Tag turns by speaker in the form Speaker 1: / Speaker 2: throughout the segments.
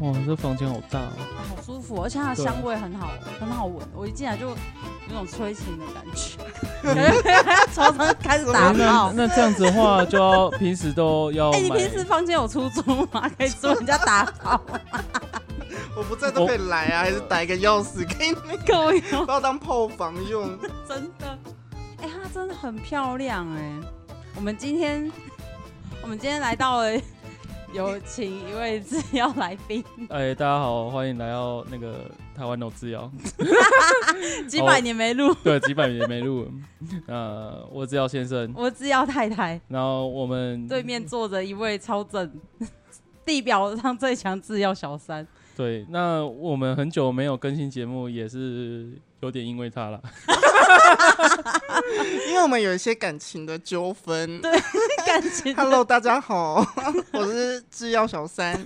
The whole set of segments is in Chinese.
Speaker 1: 你这房间好大哦，
Speaker 2: 好舒服，而且它的
Speaker 1: 对
Speaker 2: 香味很好，很好闻。我一进来就有种催情的感觉，床上开始打
Speaker 1: 哎那
Speaker 2: 炮。
Speaker 1: 那这样子的 话，就要平时都要
Speaker 2: 哎、你
Speaker 1: 买
Speaker 2: 平时房间有出租吗？可以租人家打炮吗？
Speaker 3: 我不在都可以来啊，还是打一个钥匙给你们，
Speaker 2: 够用，
Speaker 3: 把我当炮房用。
Speaker 2: 真的。哎、它真的很漂亮哎、我们今天，我们今天来到了有请一位制药来宾，
Speaker 1: 哎，大家好，欢迎来到那个台湾的制药。
Speaker 2: 几百年没录，
Speaker 1: 对，几百年没录了。呃，我制药先生，
Speaker 2: 我制药太太
Speaker 1: 然后我们
Speaker 2: 对面坐着一位超正。地表上最强制药小三，
Speaker 1: 对，那我们很久没有更新节目，也是有点因为他了。
Speaker 3: 因为我们有一些感情的纠纷。
Speaker 2: 感情
Speaker 3: Hello，大家好， 我是制药小三。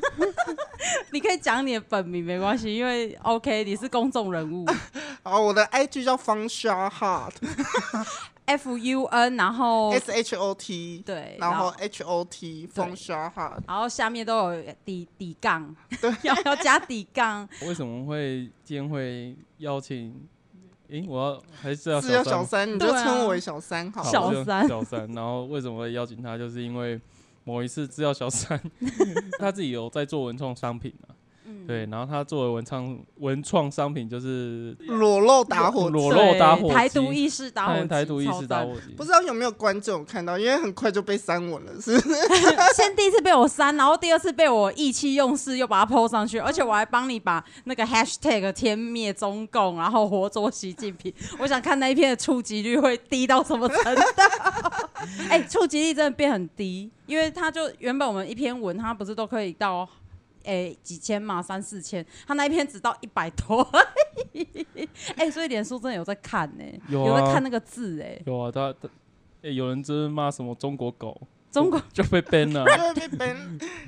Speaker 2: 你可以讲你的本名没关系，因为 OK 你是公众人物
Speaker 3: 好，我的 IG 叫方 s h a Hot
Speaker 2: F U N，然后
Speaker 3: S H O T，
Speaker 2: 哦对，
Speaker 3: 然后 H O T 方 s h a Hot。
Speaker 2: 然后下面都有底底杠，
Speaker 3: 对，
Speaker 2: 要要加底杠，
Speaker 1: 为什么会今天会邀请？诶，我要还是制药
Speaker 3: 制药小
Speaker 1: 三吗
Speaker 3: 三，你就
Speaker 2: 对啊
Speaker 3: 称我为小三好
Speaker 1: 好
Speaker 3: 了。
Speaker 2: 小
Speaker 1: 就
Speaker 2: 三
Speaker 1: 小三。然后为什么会邀请他，就是因为某一次制药小 三，他自己有在做文创商品啊。
Speaker 2: 嗯，
Speaker 1: 对，然后他作为文创文创商品，就是
Speaker 3: 裸露打火机。
Speaker 1: 裸
Speaker 2: 对，
Speaker 1: 露打火机
Speaker 2: 台独意识打火
Speaker 1: 台
Speaker 2: 机，
Speaker 1: 台独意识打
Speaker 2: 机。
Speaker 1: 火机，
Speaker 3: 不知道有没有观众看到，因为很快就被删文了，是不是？，
Speaker 2: 先第一次被我删，然后第二次被我意气用事，又把它 PO 上去，而且我还帮你把那个 hashtag 天灭中共，然后活捉习近平。我想看那一篇的触及率会低到什么程度？ 哎、触及率真的变很低，因为它就原本我们一篇文，它不是都可以到。哎、几千嘛，三四千，他那一篇只到一百多， 哎、所以脸书真的有在看呢、
Speaker 1: 有啊
Speaker 2: 有在看那个字哎、
Speaker 1: 有啊，他他、诶有人就是骂什么中国狗，
Speaker 2: 中国
Speaker 1: 就 被 ban 了啊
Speaker 3: 因为被 ban，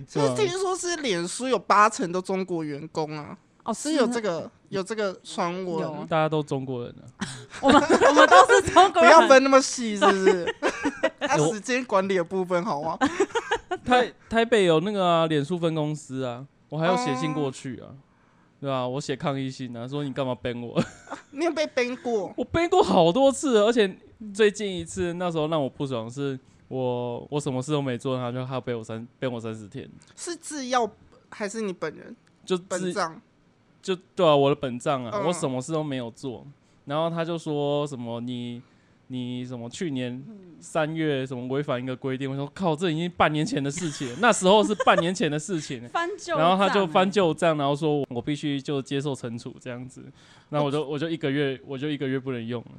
Speaker 1: 是吧
Speaker 3: 是听说是脸书有八成都中国员工啊，
Speaker 2: 哦
Speaker 3: 是有
Speaker 2: 吗
Speaker 3: 这个有这个传
Speaker 2: 有
Speaker 3: 闻，
Speaker 1: 大家都中国人啊。
Speaker 2: 我们我们都是中国
Speaker 3: 不
Speaker 2: 人，
Speaker 3: 要分那么细，是不是？啊，
Speaker 1: 有
Speaker 3: 时间管理的部分好吗？
Speaker 1: 台台北有那个啊，脸书分公司啊，我还要写信
Speaker 2: 哦
Speaker 1: 过去啊，对吧、我写抗议信啊，说你干嘛 ban 我？
Speaker 3: 你有被 ban 过？
Speaker 1: 我 ban 过好多次了，而且
Speaker 2: 嗯
Speaker 1: 最近一次那时候让我不爽的是。我我什么事都没做，他就他背我三背我三十天，
Speaker 3: 是制药还是你本人
Speaker 1: 就
Speaker 3: 本
Speaker 1: 自
Speaker 3: 账？
Speaker 1: 就对啊，我的本账啊，
Speaker 3: 嗯
Speaker 1: 我什么事都没有做。然后他就说什么你你什么去年
Speaker 2: 嗯
Speaker 1: 三月什么违反一个规定，我说靠，这已经半年前的事情了，那时候是半年前的事情了。
Speaker 2: 翻 旧账欸，
Speaker 1: 然后他就翻旧账，然后说我我必须就接受惩处这样子。那我就我就一个月我就一个月不能用了。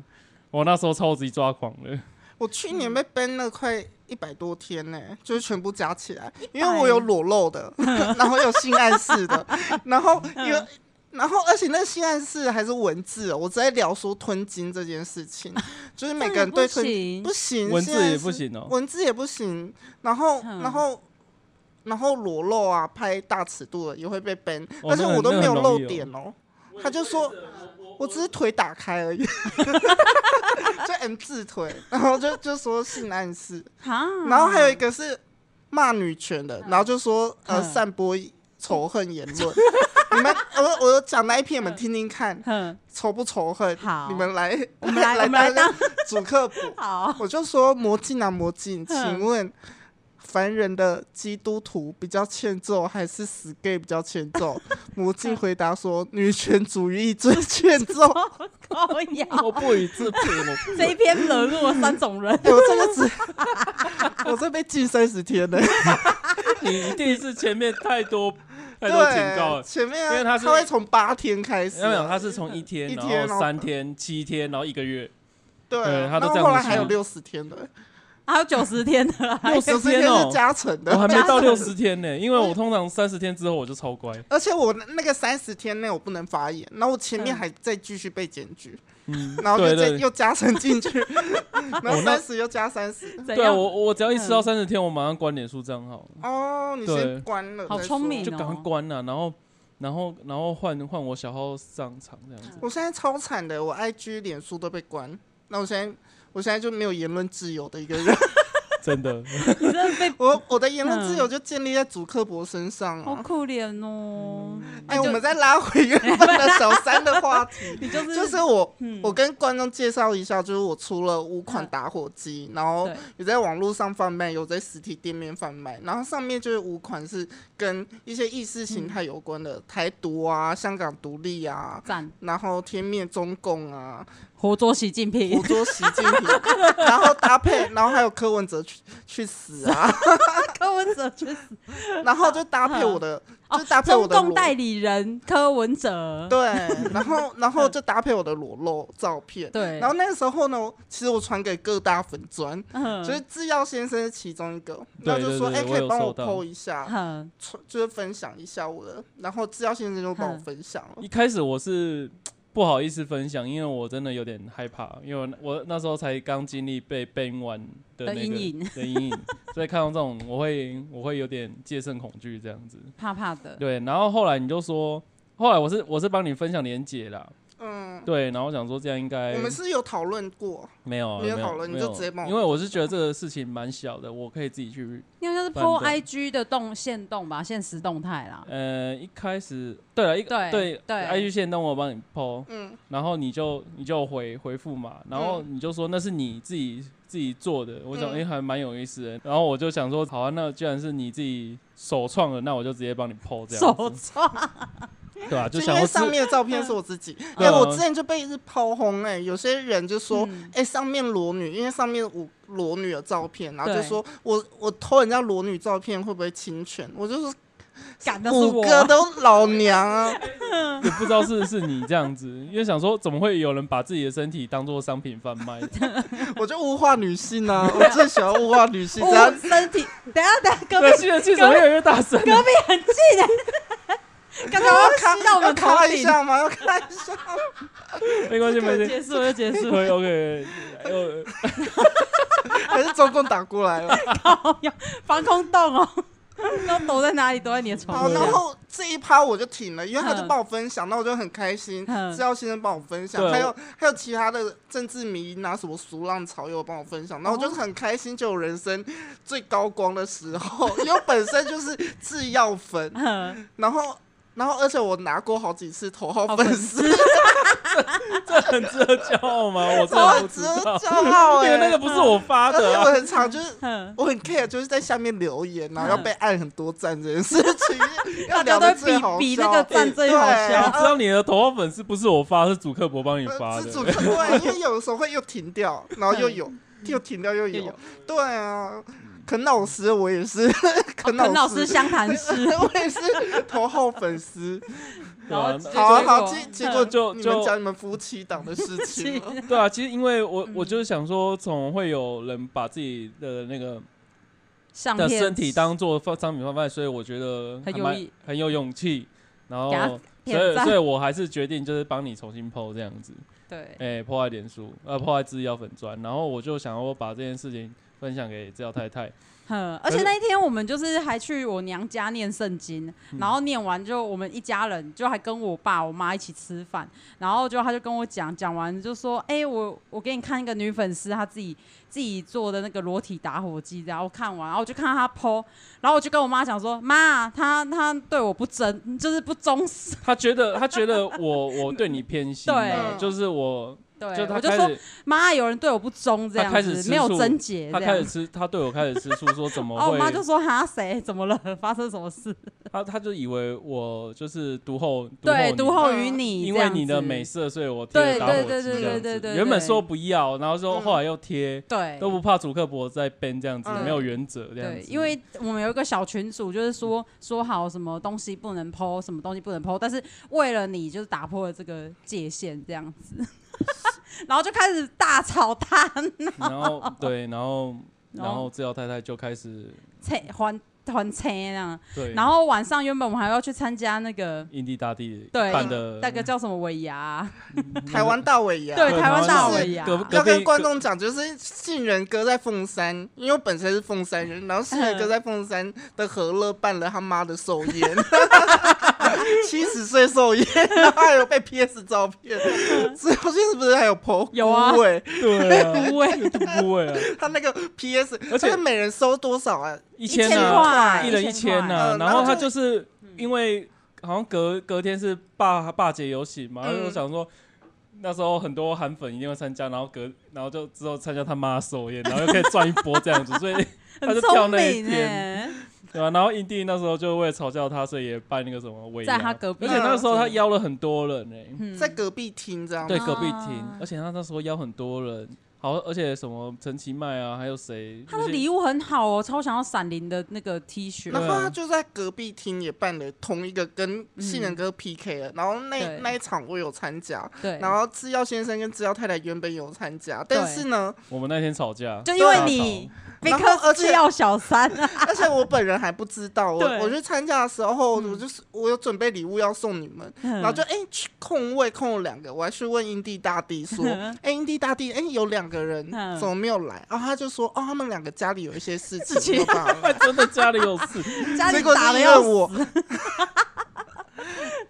Speaker 1: 我那时候超级抓狂的，
Speaker 3: 我去
Speaker 2: 嗯
Speaker 3: 年被 ban 了快一百多天呢、就是全部加起来，因为我有裸露的， 然后有性暗示 的，然后
Speaker 2: 嗯
Speaker 3: 有。然后，而且那性暗示还是文字哦，我在聊说吞金这件事 情，就是每个人对
Speaker 2: 这
Speaker 3: 吞
Speaker 2: 样不
Speaker 3: 不行，
Speaker 1: 文
Speaker 3: 现在
Speaker 1: 字也不
Speaker 3: 是
Speaker 1: 行哦、
Speaker 3: 文字也不行，然后、
Speaker 2: 嗯
Speaker 3: 然后然后裸露啊，拍大尺度的也会被 ban，、
Speaker 1: 哦
Speaker 3: 而且
Speaker 1: 那很
Speaker 3: 我都没有
Speaker 1: 那很容
Speaker 3: 露
Speaker 1: 易哦
Speaker 3: 点哦。他就说，我只是腿打 开而已，就 M 字腿，然后就就说性暗示，
Speaker 2: 哈，
Speaker 3: 然后还有一个是骂女权的，然后就说呃
Speaker 2: 嗯
Speaker 3: 散播仇恨言 论。你们我我讲那一篇，你们听听看，
Speaker 2: 哼，
Speaker 3: 仇不仇恨？
Speaker 2: 嗯好
Speaker 3: 你们来，
Speaker 2: 我们来我们
Speaker 3: 大
Speaker 2: 来
Speaker 3: 家
Speaker 2: 当
Speaker 3: 主科普。
Speaker 2: 好，
Speaker 3: 我就说魔镜啊魔镜，
Speaker 2: 嗯
Speaker 3: 请问凡人的基督徒比较欠揍，还是死 gay 比较欠揍？ 魔镜回答说，女权主义最欠揍。，
Speaker 2: 高雅，
Speaker 1: 我哦不予置评，我
Speaker 2: 这一篇惹怒了三种人
Speaker 3: 哎我这个只， 我这被禁三十天了。
Speaker 1: 你一定是前面太多 太多警告
Speaker 3: 对，
Speaker 1: 了。
Speaker 3: 前面啊
Speaker 1: 因为他是
Speaker 3: 他会从八天开始
Speaker 1: 没有没有，
Speaker 3: 啊，
Speaker 1: 他是从一天，
Speaker 3: 一
Speaker 1: 然
Speaker 3: 天
Speaker 1: 后
Speaker 3: 哦
Speaker 1: 三天、七天，然后一个月，
Speaker 3: 对，啊
Speaker 1: 对他
Speaker 3: 然
Speaker 1: 都
Speaker 3: 后
Speaker 1: 这样
Speaker 3: 后
Speaker 1: 子
Speaker 3: 来还有
Speaker 1: 算
Speaker 3: 六十天的，
Speaker 2: 还有九十天的啊啦，
Speaker 1: 六十
Speaker 3: 六十
Speaker 1: 天哦
Speaker 3: 是、加成
Speaker 1: 我还
Speaker 3: 的。
Speaker 1: 没到六十天呢、因为我通常三十天之后我就超乖。
Speaker 3: 而且我那个三十天内我不能发言，然后我前面
Speaker 2: 嗯
Speaker 3: 还在继续被检举，
Speaker 1: 嗯，
Speaker 3: 然后就
Speaker 1: 对
Speaker 3: 再
Speaker 1: 对哦
Speaker 3: 又加成进 去，然
Speaker 1: 那
Speaker 3: 后三十又加三十，
Speaker 2: 怎
Speaker 1: 对啊，
Speaker 2: 样？嗯
Speaker 1: 我我只要一吃到三十天，我马上关脸书账号，
Speaker 3: 哦，你
Speaker 1: 对
Speaker 3: 先关了，
Speaker 2: 好
Speaker 3: 再
Speaker 2: 聪
Speaker 3: 说
Speaker 2: 明
Speaker 1: 就赶快关了、然后然后然后换换我小号上场这 样子。
Speaker 3: 我现在超惨的，我 IG、脸书都被关，那我现在我现在就没有言论自由的一个人。
Speaker 1: 真的，
Speaker 2: 你真的被
Speaker 3: 我我的言论
Speaker 2: 嗯
Speaker 3: 自由就建立在主客博身上
Speaker 2: 好
Speaker 3: 啊。
Speaker 2: 可怜哦。
Speaker 3: 哎，
Speaker 2: 就
Speaker 3: 我们再拉回原本的小三的话题，
Speaker 2: 你就是
Speaker 3: 就是我，
Speaker 2: 嗯
Speaker 3: 我跟观众介绍一下，就是我出了五款打火机，然后
Speaker 2: 对
Speaker 3: 有在网络上贩卖，有在实体店面贩卖，然后上面就是五款是跟一些意识
Speaker 2: 嗯
Speaker 3: 形态有关的，台独啊、香港独立啊，
Speaker 2: 赞
Speaker 3: 然后天灭中共啊，
Speaker 2: 活捉习近
Speaker 3: 捕
Speaker 2: 平，
Speaker 3: 捉习近 平，然后搭配，然后还有柯文哲去去死啊，
Speaker 2: 柯文哲去死哦
Speaker 3: 然后就搭配我的，就搭配我
Speaker 2: 中
Speaker 3: 的
Speaker 2: 共
Speaker 3: 裸
Speaker 2: 代理人柯文哲，
Speaker 3: 对，然后然后就搭配我的裸露照片。
Speaker 2: 对
Speaker 3: 然后那个时候呢，其实我传给各大粉砖，
Speaker 2: 嗯
Speaker 3: 就是制药先生是其中一个，然后就说：“
Speaker 1: 对
Speaker 3: 哎、
Speaker 1: 对对
Speaker 3: 可
Speaker 1: 我
Speaker 3: 以
Speaker 1: 有
Speaker 3: 帮我
Speaker 1: 收到
Speaker 3: PO 一下，
Speaker 2: 嗯
Speaker 3: 传就是分享一下我的。”然后制药先生就帮我
Speaker 2: 嗯
Speaker 3: 分享了
Speaker 1: 一。开始我是不好意思分享，因为我真的有点害怕，因为我我那时候才刚经历被 ban 完的那
Speaker 2: 的
Speaker 1: 个
Speaker 2: 阴影
Speaker 1: 的阴影，所以看到这种我会我会有点戒慎恐惧这样子。
Speaker 2: 怕怕的，
Speaker 1: 对，然后后来你就说，后来我是我是帮你分享连结啦，
Speaker 3: 嗯，
Speaker 1: 对，然后我想说这样应该
Speaker 3: 我们是有讨论过，
Speaker 1: 没有啊
Speaker 3: 没有
Speaker 1: 没
Speaker 3: 讨论你就直接帮我
Speaker 1: 因为我是觉得这个事情蛮小的，我可以自己去。
Speaker 2: 你好像是
Speaker 1: 版
Speaker 2: PO
Speaker 1: 本
Speaker 2: IG 的动限动吧，现实动态啦，
Speaker 1: 呃，一开始对了，一个
Speaker 2: 对
Speaker 1: 对
Speaker 2: 对
Speaker 1: ，IG 线动我帮你 PO，
Speaker 3: 嗯，
Speaker 1: 然后你就你就回回复嘛，然后你就说那是你自己自己做的，我想
Speaker 3: 嗯
Speaker 1: 哎、诶还蛮有意思的，然后我就想说好啊，那既然是你自己首创的，那我就直接帮你 PO 这
Speaker 2: 手
Speaker 1: 样子，
Speaker 2: 抓，
Speaker 1: 对啊吧、就
Speaker 3: 就因
Speaker 1: 想要
Speaker 3: 为
Speaker 1: 是
Speaker 3: 上面的照片是我自己。哎、
Speaker 1: 对啊
Speaker 3: 我之前就被一直抛红哎、有些人就说：“哎、
Speaker 2: 嗯
Speaker 3: 上面裸女，因为上面我裸女的照片，然后就
Speaker 2: 对
Speaker 3: 说我我偷人家裸女照片会不会侵权？”我就说
Speaker 2: 赶的是
Speaker 3: 五
Speaker 2: 我，啊
Speaker 3: 哥都老娘啊，
Speaker 1: 也不知道是是你这样子，因为想说怎么会有人把自己的身体当做商品贩卖？
Speaker 3: 我就物化女性啊，我最喜欢物化女性，只要
Speaker 2: 我身体，哦等一下等一下，隔
Speaker 1: 对，
Speaker 2: 壁
Speaker 1: 吸的气怎么越来越大声？
Speaker 2: 隔壁很近的，刚刚我吸到我
Speaker 3: 哎要
Speaker 2: 们头
Speaker 3: 开一
Speaker 2: 顶，
Speaker 3: 下吗？要开一下吗，
Speaker 1: 没关系，没关系。
Speaker 2: 结束就结束，
Speaker 1: 对，OK，呃
Speaker 3: 还是中共打过来了？
Speaker 2: 靠呀防空洞哦， 都躲在哪里？躲在你的床 啊
Speaker 3: 好，
Speaker 2: 底
Speaker 3: 然
Speaker 2: 下。
Speaker 3: 后这一趴我就停了，因为他就
Speaker 2: 嗯
Speaker 3: 帮我分享，那我就很开心。
Speaker 2: 嗯
Speaker 3: 制药先生帮我分享，
Speaker 1: 对
Speaker 3: 还有还有其他的政治迷拿什么俗浪潮也有帮我分享，然后我就是很开心，就有人生最高光的时候， 因为我本身就是制药粉，
Speaker 2: 嗯
Speaker 3: 然后然后而且我拿过好几次头号
Speaker 2: 好
Speaker 3: 粉
Speaker 2: 粉
Speaker 3: 丝，
Speaker 1: 这很值得骄傲吗？我真
Speaker 3: 哦我
Speaker 1: 的不
Speaker 3: 很
Speaker 1: 知
Speaker 3: 值得
Speaker 1: 道，
Speaker 3: 骄 傲
Speaker 1: 因
Speaker 3: 哎、
Speaker 1: 为那个不是我发
Speaker 3: 而且
Speaker 1: 的
Speaker 3: 我
Speaker 1: 啊。
Speaker 3: 很常就是
Speaker 2: 嗯，
Speaker 3: 我很 care，就是在下面留言，啊然后要被按很多赞这件事 情，要聊
Speaker 2: 大家
Speaker 3: 的
Speaker 2: 都
Speaker 3: 最好笑，
Speaker 2: 比比那个赞最好
Speaker 3: 对
Speaker 1: 你
Speaker 2: 笑
Speaker 1: 知道你的头号粉丝不是我发，是主客博帮你发
Speaker 3: 呃自主
Speaker 1: 的。
Speaker 3: 对，因为有的时候会又停掉，然后又有，又停掉又
Speaker 2: 嗯又
Speaker 3: 有
Speaker 2: 有，
Speaker 3: 对啊，
Speaker 1: 嗯
Speaker 3: 啃老师我也是，啃
Speaker 2: 陈老师
Speaker 3: 师。
Speaker 2: 相谈师，
Speaker 3: 我也是头号粉丝，
Speaker 1: 对
Speaker 2: 然后
Speaker 1: 啊
Speaker 2: 结
Speaker 3: 好啊
Speaker 2: 结
Speaker 3: 好，
Speaker 2: 果
Speaker 3: 结结果
Speaker 1: 就
Speaker 3: 你们
Speaker 1: 就
Speaker 3: 讲你们夫妻档的事 情了，
Speaker 1: 对啊，其实因为我我就是想说，总会有人把自己的那个
Speaker 2: 相
Speaker 1: 的
Speaker 2: 片
Speaker 1: 身体当做商品贩卖，所以我觉得
Speaker 2: 很
Speaker 1: 还
Speaker 2: 有
Speaker 1: 蛮
Speaker 2: 意
Speaker 1: 很有勇气。然后
Speaker 2: 给他，
Speaker 1: 所以
Speaker 2: 点赞
Speaker 1: 所以我还是决定就是帮你重新 PO 这样子，
Speaker 2: 对，
Speaker 1: 哎、破 p 在脸书，呃，PO 在制药粉砖，然后我就想要把这件事情分享给制药太太，
Speaker 2: 嗯，而且那一天我们就是还去我娘家念圣经，
Speaker 1: 嗯
Speaker 2: 然后念完就我们一家人就还跟我爸我妈一起吃饭，然后就他就跟我讲，讲完就说，哎、我我给你看一个女粉丝她自己自己做的那个裸体打火机，然后看完，然后我就看到她 PO，然后我就跟我妈讲说，妈，她她对我不真，就是不忠实，
Speaker 1: 她觉得她觉得我我对你偏心啊，
Speaker 3: 对
Speaker 1: 就是我
Speaker 2: 对，
Speaker 1: 就她
Speaker 2: 我就
Speaker 1: 开
Speaker 2: 说
Speaker 1: 始
Speaker 2: 妈，有人对我不忠这
Speaker 1: 她
Speaker 2: 样
Speaker 1: 开始
Speaker 2: 子，
Speaker 1: 吃
Speaker 2: 没有
Speaker 1: 醋
Speaker 2: 贞洁，
Speaker 1: 她
Speaker 2: 这
Speaker 1: 开
Speaker 2: 样
Speaker 1: 始。吃，她对我开始吃醋，说怎么
Speaker 2: 然后我
Speaker 1: 会，
Speaker 2: 妈就说：“哈，谁 怎么了？发生什么事？
Speaker 1: 她她就以为我就是读后读后
Speaker 2: 对，
Speaker 1: 你
Speaker 2: 读后于你，
Speaker 1: 因
Speaker 2: 这
Speaker 1: 为
Speaker 2: 样
Speaker 1: 你的
Speaker 2: 子
Speaker 1: 美色，所以我贴了
Speaker 2: 对
Speaker 1: 打火
Speaker 2: 对
Speaker 1: 机
Speaker 2: 对对
Speaker 1: 这样
Speaker 2: 对对对
Speaker 1: 子。
Speaker 2: 对
Speaker 1: 原本说不要，然后说
Speaker 3: 嗯
Speaker 1: 后来又贴，
Speaker 2: 对，
Speaker 1: 都不怕主客博在 ban 这样子，
Speaker 3: 嗯
Speaker 1: 没有原则这样
Speaker 2: 对
Speaker 1: 子。，嗯
Speaker 2: 因为我们有一个小群组，就是说说好什么东西不能剖，什么东西不能剖，但是为了你，就是打破了这个界限，这样子， 然后就开始大吵大闹，
Speaker 1: 然后 对，然后
Speaker 2: 然后
Speaker 1: 然后治疗太太就开始
Speaker 2: 切还还车那样。
Speaker 1: 对，
Speaker 2: 然后晚上原本我们还要去参加那个
Speaker 1: 印地大地
Speaker 2: 对
Speaker 1: 办的
Speaker 2: 那个叫什么尾牙啊，
Speaker 3: 台湾大尾牙，
Speaker 2: 对
Speaker 1: 对
Speaker 2: 台湾大
Speaker 3: 就是
Speaker 2: 尾牙，
Speaker 1: 隔壁
Speaker 3: 要跟观众讲，就是杏仁哥在凤山，因为我本身是
Speaker 2: 嗯
Speaker 3: 凤山人，然后杏仁哥在凤山的和乐办了他妈的寿宴， 七十岁寿宴，然后还有被 PS 照片， 最后就是不是还有 PO
Speaker 2: 嗯有啊
Speaker 3: 对，
Speaker 1: 对啊，
Speaker 2: 不会，
Speaker 1: 就不会啊，
Speaker 3: 他那个 PS，
Speaker 1: 而且
Speaker 3: 他是每人收多少啊？
Speaker 1: 一千
Speaker 2: 千
Speaker 1: 啊，
Speaker 2: 块，嗯
Speaker 1: 一人一千啊
Speaker 2: 呢、
Speaker 1: 呐、
Speaker 3: 嗯
Speaker 1: 然后
Speaker 3: 然后
Speaker 1: 他就
Speaker 3: 就
Speaker 1: 是因为好像隔隔天是爸爸姐游行嘛，他就
Speaker 3: 嗯
Speaker 1: 想说。那时候很多韩粉一定会参加，然后隔然后就之后参加他妈的寿宴，然后又可以赚一波这样子，所 以他就
Speaker 2: 很
Speaker 1: 跳
Speaker 2: 聪
Speaker 1: 那一
Speaker 2: 明
Speaker 1: 天，
Speaker 2: 哎、
Speaker 1: 对吧、然后印第那时候就为了嘲笑他，所以也办那个什么尾牙，
Speaker 2: 在他隔壁
Speaker 1: 而且那时候他
Speaker 2: 嗯
Speaker 1: 邀了很多人呢、
Speaker 2: 嗯
Speaker 3: 在隔壁厅这样
Speaker 1: 对
Speaker 3: 吗。
Speaker 1: 隔壁厅
Speaker 2: 啊，
Speaker 1: 而且他那时候邀很多人，好，而且什么陈其迈啊，还有谁，
Speaker 2: 他的
Speaker 1: 有些
Speaker 2: 礼物很好哦，超想要闪灵的那个 T 恤
Speaker 1: 那
Speaker 3: 然
Speaker 1: 对啊
Speaker 3: 后他就在隔壁厅也办了同一个跟杏仁哥 PK 了，然后
Speaker 2: 嗯对
Speaker 3: 那那一场我有参加，
Speaker 2: 对，
Speaker 3: 然后制药先生跟制药太太原本有参加，但是呢，
Speaker 1: 我们那天吵架，
Speaker 2: 就因为
Speaker 1: 大吵
Speaker 2: 你
Speaker 3: 然后而
Speaker 2: because
Speaker 3: 且
Speaker 2: 是要小三啊，
Speaker 3: 而且我本人还不知道，我
Speaker 2: 对嗯
Speaker 3: 我去参加的时候，我就是我有准备礼物要送你们，然后就哎、去空位空了两个，我还去问英帝大帝说，哎、英帝大帝，哎、有两个人
Speaker 2: 嗯
Speaker 3: 怎么没有来？然后他就说，哦，他们两个家里有一些事
Speaker 2: 事
Speaker 3: 情，
Speaker 2: 情
Speaker 3: 没有办法来
Speaker 1: 真的家里有事，
Speaker 2: 家里
Speaker 3: 结果
Speaker 2: 打
Speaker 3: 是
Speaker 2: 的
Speaker 3: 因为
Speaker 2: 要死，
Speaker 3: 我，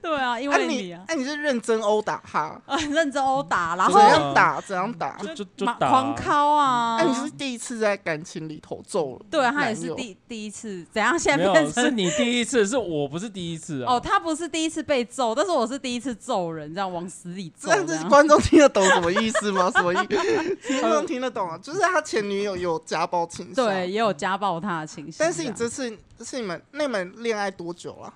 Speaker 2: 对啊，因
Speaker 3: 哎、
Speaker 2: 为
Speaker 3: 你
Speaker 2: 你
Speaker 3: 哎
Speaker 2: 啊、，
Speaker 3: 你是认真殴打他，
Speaker 2: 认真殴打，然
Speaker 3: 怎
Speaker 2: 后
Speaker 1: 对啊
Speaker 3: 样打怎样打？啊
Speaker 1: 就就就
Speaker 2: 马
Speaker 1: 打
Speaker 2: 狂敲啊
Speaker 3: 哎、，你是第一次在感情里头揍了，
Speaker 2: 对啊他也
Speaker 3: 男
Speaker 2: 是
Speaker 3: 友
Speaker 2: 第第一次，怎样现
Speaker 1: 没
Speaker 2: 在变
Speaker 1: 有，
Speaker 2: 成
Speaker 1: 是你第一次，是我不是第一次啊。
Speaker 2: 哦，他不是第一次被揍，但是我是第一次揍人，这样往死里揍
Speaker 3: 这样
Speaker 2: 这
Speaker 3: 子
Speaker 2: 样。
Speaker 3: 观众听得懂什么意思 吗？什么意思？听众听得懂啊？就是他前女友有家暴倾向，
Speaker 2: 对，也有家暴他的情形。
Speaker 3: 但是你
Speaker 2: 样
Speaker 3: 这次是你们那你们恋爱多久了、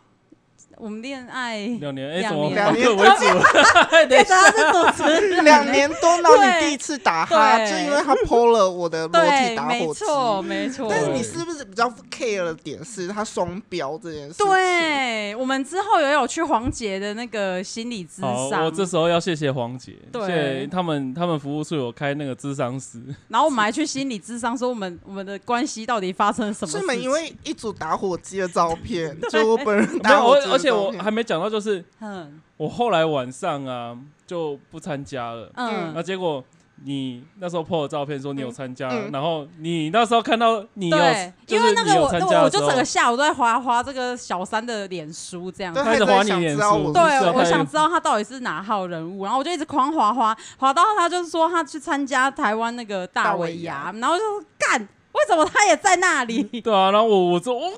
Speaker 2: 我们恋爱，
Speaker 1: 两年，哎、
Speaker 2: 两
Speaker 1: 怎么
Speaker 2: 年
Speaker 1: 反客 为主？
Speaker 3: 哎
Speaker 2: 对，他是主持人，
Speaker 3: 两年多，然后
Speaker 2: 对
Speaker 3: 你第一次打他，
Speaker 2: 对
Speaker 3: 就因为他剖了我的裸体
Speaker 2: 对，
Speaker 3: 打
Speaker 2: 没
Speaker 3: 火机。
Speaker 2: 错，没错。
Speaker 3: 但是你是不是比较 care 的点是他双标这件事？，
Speaker 2: 对，我们之后也有去黄杰的那个心理咨
Speaker 1: 好，
Speaker 2: 商
Speaker 1: 我，这时候要谢谢黄姐，
Speaker 2: 对
Speaker 1: 谢谢他们，他们服务处有开那个智商 室，
Speaker 2: 然后我们还去心理咨商，说我们我们的关系到底发生了什么
Speaker 3: 是
Speaker 2: 事
Speaker 3: 你
Speaker 2: 情？
Speaker 3: 们因为一组打火机的照片，就我本人
Speaker 1: 没有，
Speaker 3: 打
Speaker 1: 我
Speaker 3: 火机
Speaker 1: 而
Speaker 3: 的
Speaker 1: 且
Speaker 3: 照
Speaker 1: 我
Speaker 3: 片，
Speaker 1: 还没讲到，就是
Speaker 2: 嗯
Speaker 1: 我后来晚上啊就不参加了，那
Speaker 2: 嗯，
Speaker 1: 结果。你那时候 po 的照片说你有参加，
Speaker 3: 嗯嗯
Speaker 1: 然后你那时候看到你有，
Speaker 2: 对，
Speaker 1: 就
Speaker 2: 因
Speaker 1: 是
Speaker 2: 为那
Speaker 1: 你
Speaker 2: 个
Speaker 1: 有
Speaker 2: 我
Speaker 1: 参
Speaker 2: 那
Speaker 1: 加
Speaker 2: 我我
Speaker 1: 的时
Speaker 2: 就
Speaker 1: 候
Speaker 2: 整个下午都在划划这个小三的脸书这样子
Speaker 3: 对。
Speaker 1: 他一直
Speaker 3: 他
Speaker 1: 划
Speaker 3: 一直
Speaker 1: 你
Speaker 3: 想
Speaker 1: 脸
Speaker 3: 知道
Speaker 1: 书，
Speaker 3: 我
Speaker 2: 对
Speaker 1: 是啊，
Speaker 2: 我
Speaker 1: 他也
Speaker 2: 想知道他到底是哪号人物，然后我就一直狂滑滑滑到他就是说他去参加台湾那个大
Speaker 3: 大
Speaker 2: 尾
Speaker 3: 尾
Speaker 2: 牙
Speaker 3: 牙，
Speaker 2: 然后就说干，为什么他也在那里？
Speaker 1: 对啊，然后我我就我